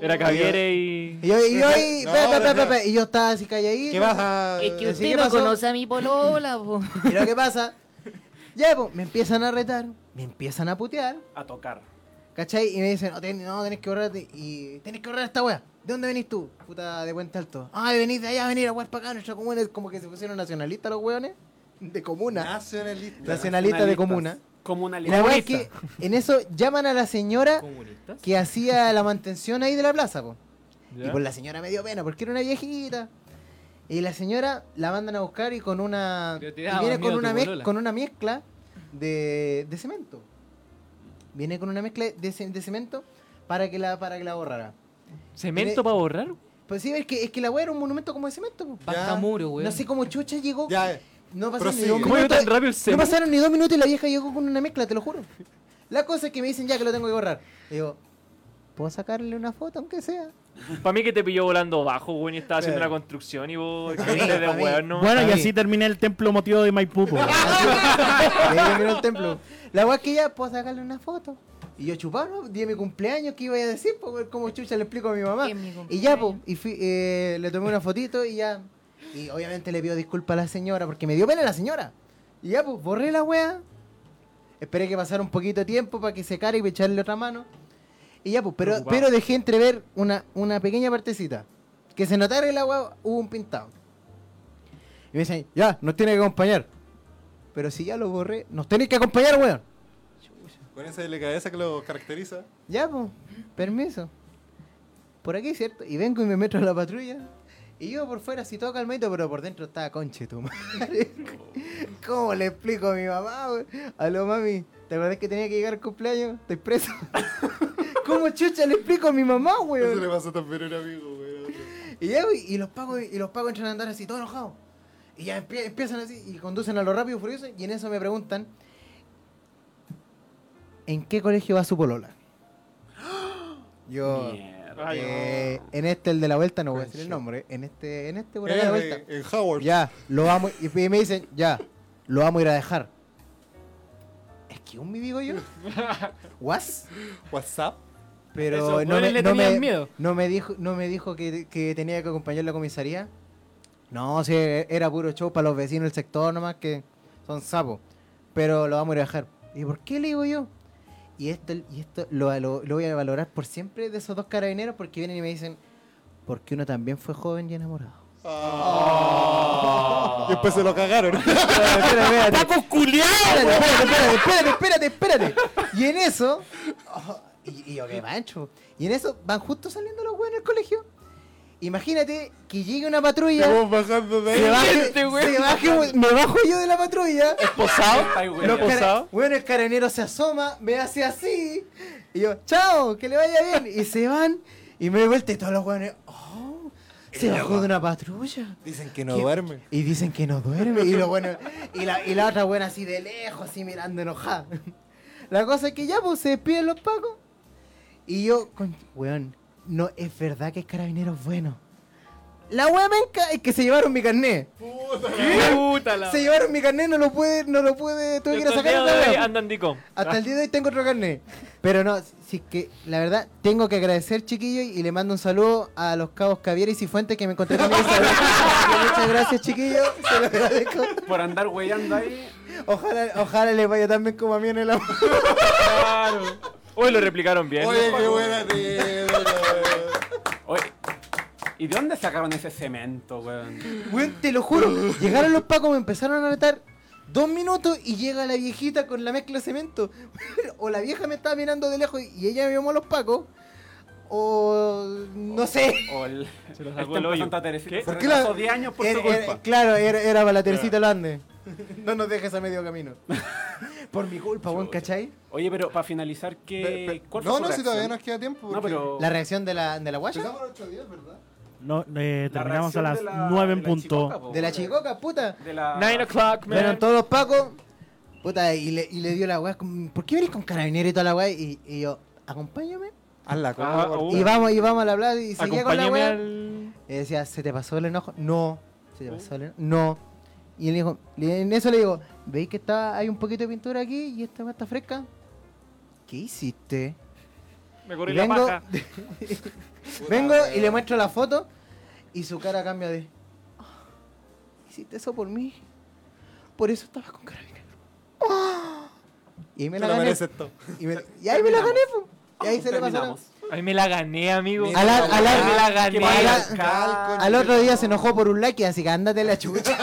S6: Era Caviere y.
S2: Y yo, y yo, y,
S3: No,
S2: pe, pe, pe,
S3: no.
S2: pe, pe, y yo estaba así calladito.
S3: ¿Qué vas a...?
S2: Es que usted no conoce
S10: a mi polola, po.
S2: Y lo que pasa, ya pues, me empiezan a retar, me empiezan a putear,
S1: A tocar.
S2: ¿cachai? Y me dicen, no, ten- no tenés que borrarte y tenés que borrar a esta wea. ¿De dónde venís tú? Puta de Puente Alto. Ay, venís de allá, venir a wea para acá, nuestra comuna. Es Como que se pusieron nacionalistas los weones. De comuna.
S3: Nacionalista.
S2: Nacionalistas de comuna. Y
S1: Comunalista.
S2: la wea es que en eso llaman a la señora
S7: ¿Comunistas?
S2: que hacía la mantención ahí de la plaza, po.
S6: ¿Ya?
S2: Y pues la señora me dio pena porque era una viejita. Y la señora la mandan a buscar y con una.
S7: Pero te
S2: y
S7: daba
S2: viene
S7: miedo
S2: con
S7: tu
S2: una, mez-
S7: polola.
S2: con una mezcla de, de cemento. Viene con una mezcla de, ce- de cemento para que la para que la borrara.
S6: ¿Cemento
S2: Tiene-
S6: para borrar?
S2: Pues sí, es que, es que la wea era un monumento como de cemento. po.
S7: Baja muro, weón.
S2: No sé cómo chucha llegó.
S3: Ya, eh.
S2: No pasaron ni
S3: Prosigue.
S2: dos
S6: ¿Cómo llegó
S2: minutos.
S6: tan rápido el
S2: No
S6: cemento?
S2: pasaron ni dos minutos y la vieja llegó con una mezcla, te lo juro. La cosa es que me dicen ya que lo tengo que borrar. Y digo, ¿puedo sacarle una foto aunque sea?
S6: Para mí que te pilló volando bajo, weón, y estaba haciendo una construcción y vos caíste de weón, ¿no?
S4: Bueno, y así terminé el templo motivo de Maipú. po.
S2: Y ahí terminó el templo. La weá es que ya puedo sacarle una foto. Y yo chupaba, ¿no? Día de mi cumpleaños, ¿qué iba a decir? Pues, como chucha le explico a mi mamá. Y ya, pues, y fui, eh, le tomé una fotito y ya. Y obviamente le pido disculpas a la señora, porque me dio pena la señora. Y ya, pues, borré la weá. Esperé que pasara un poquito de tiempo para que secara y para echarle otra mano. Y ya, pues, pero,
S6: Preocupado.
S2: pero dejé entrever una, una pequeña partecita. Que se notara el agua, hubo un pintado. Y me dicen, ya, nos tiene que acompañar. Pero si ya lo borré, nos tenéis que acompañar, weón.
S3: Con esa delicadeza que lo caracteriza.
S2: Ya, pues, permiso. Por aquí, ¿cierto? Y vengo y me meto a la patrulla. Y yo por fuera así todo calmadito, pero por dentro estaba conche tu madre. ¿Cómo le explico a mi mamá, güey? Aló, mami, ¿te acordás que tenía que llegar al cumpleaños? Estoy preso. ¿Cómo chucha le explico a mi mamá,
S3: Eso le
S2: güey?
S3: pasó también a un amigo, weón.
S2: Y ya, güey, y los pagos, y los pagos entran a andar así, todos enojados. Y ya empie- empiezan así, y conducen a lo rápido y furioso, y en eso me preguntan, ¿en qué colegio va su polola? Yo... Eh, en este, el de la vuelta, no voy a decir el nombre. En este, en
S3: Eh,
S2: este por acá de la vuelta.
S3: En, en Howard.
S2: Ya, lo vamos. Y y me dicen, ya, lo vamos a ir a dejar. Es que un me digo yo. ¿Was?
S3: WhatsApp.
S2: Pero
S13: Esos
S2: no me,
S13: hueones le
S2: no, me,
S13: tenían miedo.
S2: no me dijo, no me dijo que, que tenía que acompañar la comisaría. No, sí, era puro show para los vecinos del sector nomás que son sapos. Pero lo vamos a ir a dejar. ¿Y por qué le digo yo? Y esto, y esto lo, lo- lo voy a valorar por siempre de esos dos carabineros porque vienen y me dicen, porque uno también fue joven y enamorado.
S6: Ah.
S3: Y después se lo cagaron.
S2: ¡Paco culiado! Espérate, espérate, espérate, espérate, espérate. Y en eso. oh, y, y yo qué mancho. Y en eso van justo saliendo los güeyes del colegio. Imagínate que llegue una patrulla.
S3: Te vos bajando de ahí.
S2: Se baje, se baje un- me bajo yo de la patrulla.
S6: ¿Esposado?
S2: Los cara- Bueno, el carabinero se asoma, me hace así. Y yo, chao, que le vaya bien. Y se van. Y me doy vuelta y todos los güeyes. Oh, se bajó de una patrulla.
S3: Dicen que no
S2: ¿Qué?
S3: duerme.
S2: Y dicen que no duerme. Y, lo bueno, y, la, y la otra buena así de lejos, así mirando enojada. La cosa es que ya pues, se despiden los pacos. Y yo, con, weón, no es verdad que es carabinero bueno. La wea menca es que se llevaron mi carnet.
S6: Puta la-
S2: Se llevaron mi carnet, no lo pude, no lo pude, tuve que ir a
S6: Hasta el
S2: sacar
S6: día
S2: otra
S6: de hoy
S2: wea.
S6: Andan dico.
S2: Hasta el día de hoy tengo otro carnet. Pero no, si es que la verdad tengo que agradecer, chiquillo, y le mando un saludo a los cabos Cavier y Cifuentes que me encontré con ellos. Muchas gracias, chiquillo. Se lo agradezco.
S1: Por andar weyando ahí.
S2: Ojalá, ojalá les vaya tan bien como a mí en el amor.
S6: Hoy lo replicaron bien.
S3: Oye, qué buena te.
S1: Oye, ¿y de dónde sacaron ese cemento, weón?
S2: Weón, te lo juro. Llegaron los pacos, me empezaron a retar dos minutos y llega la viejita con la mezcla de cemento. o la vieja me estaba mirando de lejos y ella me llamó a los pacos. O no sé.
S1: O el, Se
S6: los
S1: el
S6: sacó el
S1: templo
S6: hoyo.
S1: Santa Teresita.
S6: ¿Qué?
S1: ¿Por
S6: ¿Por
S1: qué
S6: qué
S1: la... 10 años por
S2: Era-
S1: tu
S2: era-
S1: culpa.
S2: claro, era, era para la Teresita Lande. No nos dejes a medio camino. Por mi culpa, buen ¿cachai?
S1: Oye, pero para finalizar, ¿qué... Eh, ¿cuál fue
S3: No,
S1: su
S3: no, si
S1: reacción?
S3: todavía nos queda tiempo.
S1: No, pero...
S2: La reacción de la, de la guaya.
S3: Empezamos los ocho días, ¿verdad?
S4: No, eh,
S1: La
S4: terminamos a
S1: reacción
S4: las
S1: de la-
S4: 9 en
S1: de la chicoca,
S4: punto.
S1: po,
S2: De la
S1: weón.
S2: chicoca, puta.
S1: De la...
S6: Nine o'clock, man.
S2: Fueron todos los pacos. Puta, y le, y le dio la guaya. ¿Por qué venís con carabinero y toda la guaya? Y, y yo, acompáñame.
S3: Haz la cosa.
S6: Ah,
S3: gordo.
S6: uh.
S2: Y vamos, y vamos a hablar y seguía con la
S6: Acompáñame
S2: wea.
S6: al...
S2: Y decía, ¿se te pasó el enojo? No. ¿Se te pasó el enojo? No. Y él dijo, y en eso le digo, ¿veis que está, hay un poquito de pintura aquí y esta wea está fresca? ¿Qué hiciste?
S6: Me corrí
S2: Y
S6: la
S2: vengo-
S6: paja.
S2: Vengo y le muestro la foto y su cara cambia de. "Ah, Hiciste eso por mí. Por eso estabas con carabinero. Ah". Y ahí me
S3: Te
S2: la
S3: lo
S2: gané.
S3: mereces todo.
S2: Y, me- y ahí me la gané, po. Y ahí se le pasó. la-
S1: Terminamos.
S6: Ay, me la gané, amigo.
S2: Al, al- al-
S6: Ay, me la
S2: al-
S6: gané.
S2: al-
S1: Calco,
S2: al otro día se enojó por un like, así que ándate la chucha.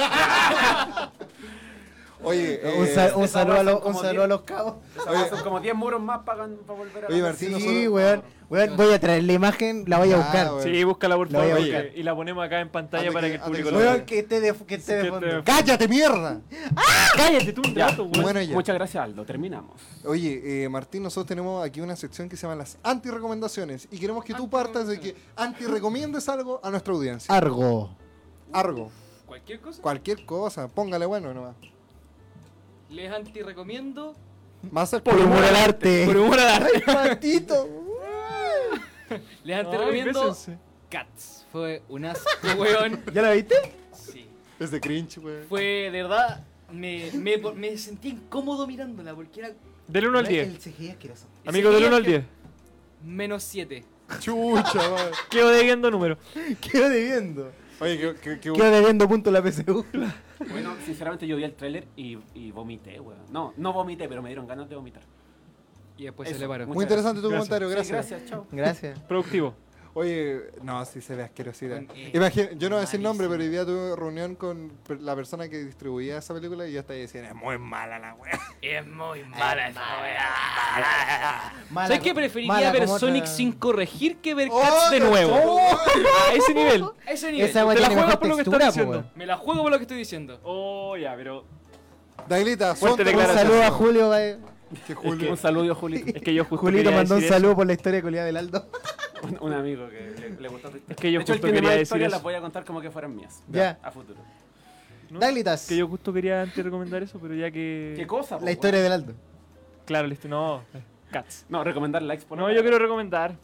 S3: Oye,
S2: un,
S3: eh,
S2: sal- un
S1: esa
S2: saludo, a
S1: wea son
S2: los, un
S1: como
S2: saludo a los cabos.
S1: Esas weas Son como 10 muros más para, para volver a la
S3: Oye,
S1: casa.
S3: Martín,
S2: Sí,
S3: nosotros-
S2: weón. Weón, Voy a traer la imagen, la voy a
S3: Ah,
S2: buscar.
S3: weón.
S6: Sí, búscala por
S2: La voy a
S6: favor
S2: buscar.
S6: y la ponemos acá en pantalla
S3: Antes
S6: para
S3: que-
S6: que el
S3: antes que
S6: público
S3: se
S6: lo
S3: vaya.
S6: vea.
S2: Weón, que esté de, que esté de
S6: Que
S2: fondo. ¡Ah!
S6: te-
S3: ¡Cállate, mierda!
S6: Cállate tú un
S1: Ya,
S6: rato, weón.
S3: Bueno, ya.
S1: Muchas gracias, Aldo. Terminamos.
S3: Oye, eh, Martín, nosotros tenemos aquí una sección que se llama las anti-recomendaciones y queremos que tú partas de que anti-recomiendes algo a nuestra audiencia.
S2: Argo.
S3: Argo.
S13: Cualquier cosa.
S3: Cualquier cosa, póngale bueno nomás.
S13: Les anti-recomiendo
S3: Más
S2: Por humor al arte.
S6: Por humor al arte.
S2: Ay, patito.
S7: Les te
S13: Ay,
S7: recomiendo
S13: bésense.
S7: Cats. Fue un asco, weón.
S6: ¿Ya la viste?
S7: Sí.
S3: Es de cringe, weón.
S7: Fue, de verdad, me, me, me sentí incómodo mirándola porque era...
S6: Del 1 al 10.
S7: El CGI asqueroso.
S6: Amigo, del 1 al 10.
S7: Menos 7.
S3: Chucha, weón.
S6: Quedo debiendo número.
S2: Quedo debiendo.
S3: Oye, qué, qué, qué-
S2: Quedo debiendo punto la PSU.
S1: Bueno, sinceramente yo vi el tráiler y, y vomité, weón. No, no vomité, pero me dieron ganas de vomitar.
S7: Y después
S1: se le paró.
S3: Muy interesante tu comentario, gracias.
S1: gracias, chao.
S2: Gracias.
S6: Productivo.
S3: Oye, no, sí se ve asquerosidad. Imagina- yo no voy a decir nombre, pero hoy día tuve reunión con per- la persona que distribuía esa película y ya está diciendo, es muy mala la weá.
S7: Es muy mala esa weá.
S3: Mala
S7: ¿Sabes qué?
S3: co-
S7: Preferiría
S3: mala
S7: ver
S3: como
S7: Sonic
S3: otra-
S7: sin corregir que ver
S3: Oh,
S7: Cats de
S3: no,
S7: nuevo.
S3: no, no.
S7: A ese nivel. A ese nivel.
S2: Esa weá
S7: Te la
S2: tiene
S7: juego
S2: mejor
S7: por lo que
S2: textura,
S7: estoy
S2: po,
S7: diciendo.
S2: weón.
S7: Me la juego por lo que estoy diciendo.
S6: Oh, ya, pero.
S3: Dailita, son
S6: Fuerte
S3: un
S2: Un
S6: declaración.
S2: saludo a Julio. va-
S3: Que
S1: Es que-
S3: Julio.
S1: un saludo, Julito.
S6: Es que yo justo.
S2: Julito
S6: quería
S2: mandó un
S6: decir eso.
S2: saludo por la historia de culiada del Aldo.
S1: Un, un amigo que le, le gustó tu historia.
S6: Es que yo
S1: de hecho, él
S6: justo
S1: tiene
S6: quería
S1: más
S6: decir
S1: historias,
S6: eso.
S1: las voy a contar como que fueran mías.
S2: Ya.
S1: A futuro.
S6: ¿no?
S2: Dailitas.
S6: Que yo justo quería antes recomendar eso, pero ya que.
S1: ¿Qué cosa? po,
S2: La historia del Aldo.
S6: weón? Claro, listo. No. Cats.
S1: weón? No, recomendar la expo.
S6: No, yo quiero recomendar.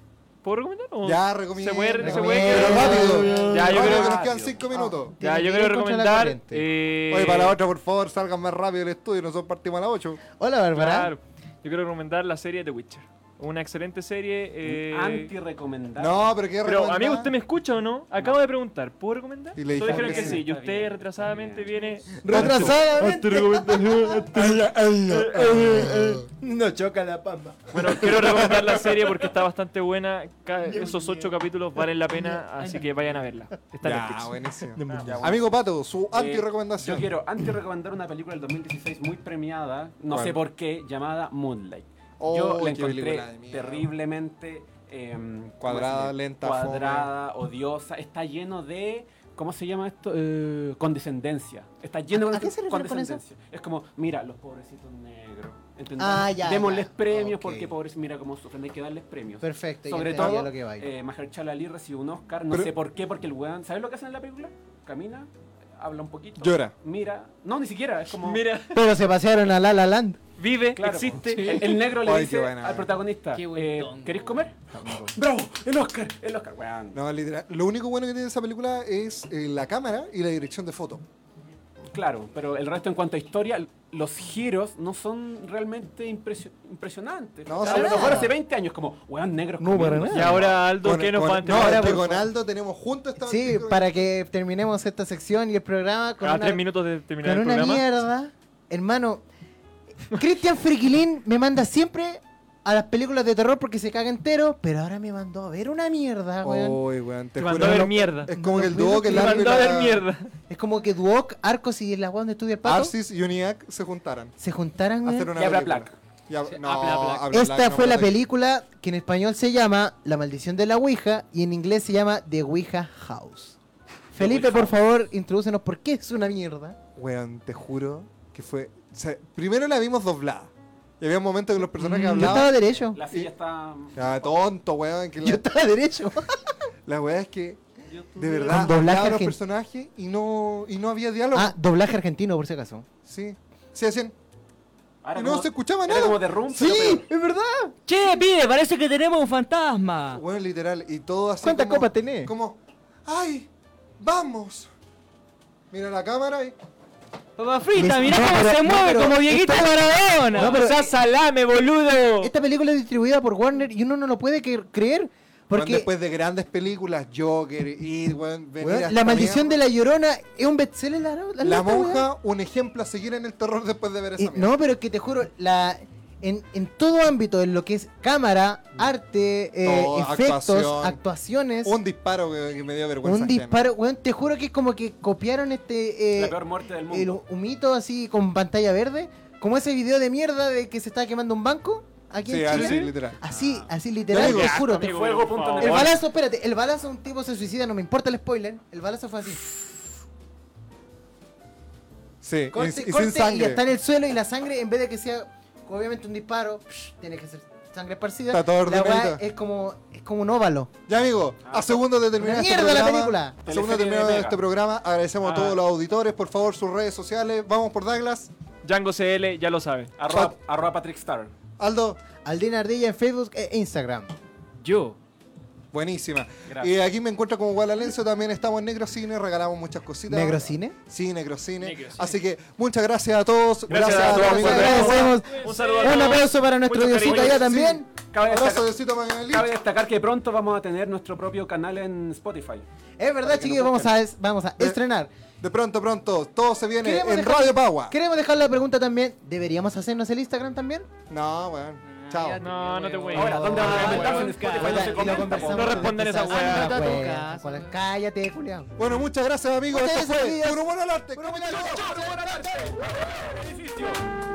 S6: ¿Puedo recomendar? o-
S3: Ya, recomiendo.
S6: Se puede, se puede
S3: Pero
S6: quedar-
S3: rápido.
S6: Ya, yo
S3: Rápido,
S6: creo
S3: que nos quedan 5 minutos.
S6: Ya,
S2: Tiene
S6: yo
S2: que
S6: quiero
S2: ir contra la
S6: recomendar.
S2: corriente.
S6: eh,
S3: Oye, para la otra, por favor, salgan más rápido del estudio. Nosotros partimos a las 8.
S2: Hola, Bárbara.
S6: Claro. Yo quiero recomendar la serie The Witcher. Una excelente serie. eh,
S3: Ah,
S1: Anti-recomendar.
S3: No, pero qué
S6: Pero,
S3: recomendar?
S6: amigo, ¿usted me escucha o no? Acabo de preguntar, ¿puedo recomendar?
S3: Y le
S6: Todos
S3: dijeron
S6: dijeron
S3: que
S6: que
S3: sí.
S6: sí. Y
S1: Está
S6: usted
S1: bien,
S6: retrasadamente
S1: está
S6: viene.
S2: Retrasadamente.
S3: Retrasadamente.
S2: No choca la pampa.
S6: Bueno, quiero recomendar la serie porque está bastante buena. Ca- Esos ocho capítulos valen la pena, así que vayan a verla. Está en
S3: Ya,
S6: Netflix.
S3: buenísimo.
S6: Ah,
S3: Ya, bueno. Amigo Pato, su
S1: Eh,
S3: anti-recomendación.
S1: Yo quiero anti-recomendar una película del 2016 muy premiada, no
S3: ¿Cuál?
S1: sé por qué, llamada Moonlight.
S3: Oh,
S1: yo la
S3: qué
S1: encontré
S3: película de mierda.
S1: terriblemente eh,
S3: Cuadrada,
S1: ¿cómo se dice?
S3: lenta,
S1: cuadrada, odiosa. Está lleno de. ¿Cómo se llama esto? Eh, condescendencia. Está lleno
S2: ¿A-
S1: de
S2: a qué se refiere con
S1: condescendencia. Es como, mira, los pobrecitos negros. ¿entendés?
S2: Ah, ya,
S1: Démosles
S2: ya.
S1: premios
S2: Ok.
S1: porque pobres, mira cómo sufren, hay que darles premios.
S2: Perfecto, ya
S1: Sobre
S2: entendí
S1: todo,
S2: a lo que va ahí.
S1: eh, Mahershala Ali recibió un Oscar, no
S3: Pero-
S1: sé por qué, porque el weón, ¿sabes lo que hacen en la película? Camina, habla un poquito.
S3: Llora.
S1: Mira. No, ni siquiera. Es como.
S6: Mira,
S2: Pero se pasearon a La La Land.
S6: vive,
S1: Claro,
S6: existe.
S1: po. El, el negro le
S3: Ay,
S1: dice
S3: qué buena, eh.
S1: al
S3: buena.
S1: protagonista:
S7: Qué buen
S1: eh,
S7: tongo.
S1: ¿Queréis comer? ¡Bravo! ¡El Oscar! ¡El Oscar! Weón.
S3: No, literal. Lo único bueno que tiene esa película es eh, la cámara y la dirección de foto.
S1: Claro, pero el resto en cuanto a historia, los giros no son realmente impresio- impresionantes.
S3: No,
S1: a
S3: sí,
S1: lo
S3: nada.
S1: mejor hace 20 años, como, weón, negros.
S2: No, para
S1: comiendo.
S6: Y ahora, Aldo,
S3: Con-
S6: ¿qué nos
S3: con-
S6: va a
S3: No,
S6: entregar?
S3: ahora
S2: por
S3: con
S2: favor.
S3: Aldo tenemos juntos esta
S2: Sí, para que terminemos esta sección y el programa con
S6: a
S2: una,
S6: Ah, tres minutos de terminar
S2: con
S6: el
S2: una
S6: programa.
S2: mierda. Hermano, Cristian Friquilín me manda siempre a las películas de terror porque se caga entero, pero ahora me mandó a ver una mierda, weón.
S3: Uy, weón, te
S6: Te
S3: juro.
S6: mandó a ver
S3: no-
S6: mierda.
S3: Es como que el
S2: No,
S3: dúo que
S2: te
S6: Te
S3: el árbitro
S6: mandó a
S3: era-
S6: ver mierda.
S2: Es como que Duoc, Arcos y la weón donde estudia el pato
S3: Arsis y Uniac se juntaran.
S2: se juntaran,
S3: a
S2: weón.
S3: Ah, hacer una
S1: Y habla
S3: película.
S1: placa.
S3: Y hab- no,
S7: habla placa.
S3: habla
S2: Esta
S3: placa, no
S2: fue la
S3: habla placa.
S2: película que en español se llama La maldición de la Ouija y en inglés se llama The Ouija House. Felipe, por favor, introdúcenos por qué es una mierda.
S3: Weón, te juro que fue. o sea, primero la vimos doblada. Y había un momento que los personajes
S2: Mm, Yo estaba
S3: hablaban.
S2: derecho.
S1: La silla está.
S3: Ah, tonto, weón. Que
S2: Yo
S3: la,
S2: estaba derecho.
S3: la weá es que, de
S2: Con
S3: verdad,
S2: doblaje
S3: hablaban los
S2: argentino.
S3: personajes y no, y no había diálogo.
S2: Ah, doblaje argentino, por si acaso.
S3: Sí. Se hacían.
S1: Ahora
S3: Y no
S1: como-
S3: se escuchaba
S1: era
S3: nada.
S1: como de Room, pero-
S2: Sí,
S1: pero-
S2: es verdad.
S7: Che, pibe, parece que tenemos un fantasma.
S3: Bueno, literal, y todo así.
S2: ¿Cuántas
S3: como-
S2: copas tenés?
S3: Como, ¡ay! ¡Vamos! Mira la cámara y.
S7: Papá frita, mirá
S2: No,
S7: cómo
S2: pero-
S7: se
S2: no,
S7: mueve
S2: pero
S7: como Dieguito Maradona.
S2: No, pero-
S7: O sea, salame, boludo.
S2: Esta película es distribuida por Warner y uno no lo puede cre- creer
S3: Bueno,
S2: porque
S3: después de grandes películas, Joker, y weón, venir
S2: weón,
S3: a
S2: La
S3: esta
S2: maldición de
S3: mierda.
S2: la Llorona es un bestseller. La, la,
S3: La
S2: neta, weón.
S3: monja, un ejemplo a seguir en el terror después de ver esa
S2: Eh,
S3: mierda.
S2: no, pero es que te juro, la, en, en todo ámbito, en lo que es cámara, arte, eh,
S3: Todo,
S2: efectos,
S3: actuación.
S2: actuaciones,
S3: Un disparo que, que me dio vergüenza.
S2: pues, un
S3: ajena.
S2: disparo, weón, te juro que es como que copiaron este eh,
S1: La peor muerte del
S2: el
S1: mundo.
S2: humito así con pantalla verde, como ese video de mierda de que se estaba quemando un banco aquí
S3: Sí,
S2: en Chile.
S3: así, literal.
S2: Así, así literal,
S3: Amigo,
S2: te juro. te
S6: amigo,
S2: juro.
S1: Fuego,
S6: por
S1: punto
S6: favor.
S2: el balazo, espérate, el balazo un tipo se suicida, no me importa el spoiler, el balazo fue así.
S3: Sí, y-
S2: Corte,
S3: y,
S2: corte,
S3: sin sangre.
S2: está en el suelo y la sangre, en vez de que sea obviamente un disparo, psh, tiene que ser sangre esparcida.
S3: Está todo
S2: la
S3: ordenadito.
S2: weá es como, es como un óvalo.
S3: Ya, amigo, a segundos de terminar
S2: Una
S3: este
S2: mierda la
S3: programa.
S2: película.
S3: A segundos de
S1: Teleserie de
S3: terminar
S1: Mega.
S3: este programa, agradecemos a
S6: Ah.
S3: todos los auditores. Por favor, sus redes sociales. Vamos por Douglas.
S6: Django CL, ya lo saben.
S1: Arroba, arroba Patrick Star.
S3: Aldo,
S2: Aldina Ardilla en Facebook e Instagram.
S7: Yo
S3: Buenísima.
S2: Gracias.
S3: Y aquí me encuentro con Guadalencio, también estamos en Negrocine, regalamos muchas cositas.
S2: ¿Negrocine?
S3: Sí, Negrocine. Así que muchas gracias a todos.
S2: Gracias a todos,
S3: amigos.
S2: agradecemos.
S3: Un
S2: Un
S3: saludo
S2: saludo
S3: a
S2: Un
S3: todos.
S2: aplauso para nuestro
S3: Mucho
S2: Diosito
S3: cariño.
S2: allá también.
S1: Cabe
S3: Abrazo,
S1: destacar-
S3: Diosito Manuel.
S1: Cabe destacar que pronto vamos a tener nuestro propio canal en Spotify.
S2: Es verdad, chiquillos, vamos a, es- vamos a estrenar.
S3: De pronto, pronto, todo se viene
S2: Queremos
S3: en
S2: dejar-
S3: Radio Pagua.
S2: Queremos dejar la pregunta también. ¿Deberíamos hacernos el Instagram también?
S3: No, weón.
S2: Ah,
S3: Chao.
S6: No, no te voy Ah,
S2: Ahora, ¿dónde van a
S1: inventarse en Spotify? No se comenta, po. No responden esa weá.
S2: hueá.
S1: Ah, no,
S2: Cállate, Julián.
S3: Bueno, muchas gracias, amigos. Esto
S2: Ustedes,
S3: fue
S2: amigos.
S3: Puro Humor al Arte.
S2: Puro Humor al Arte.
S1: Beneficio.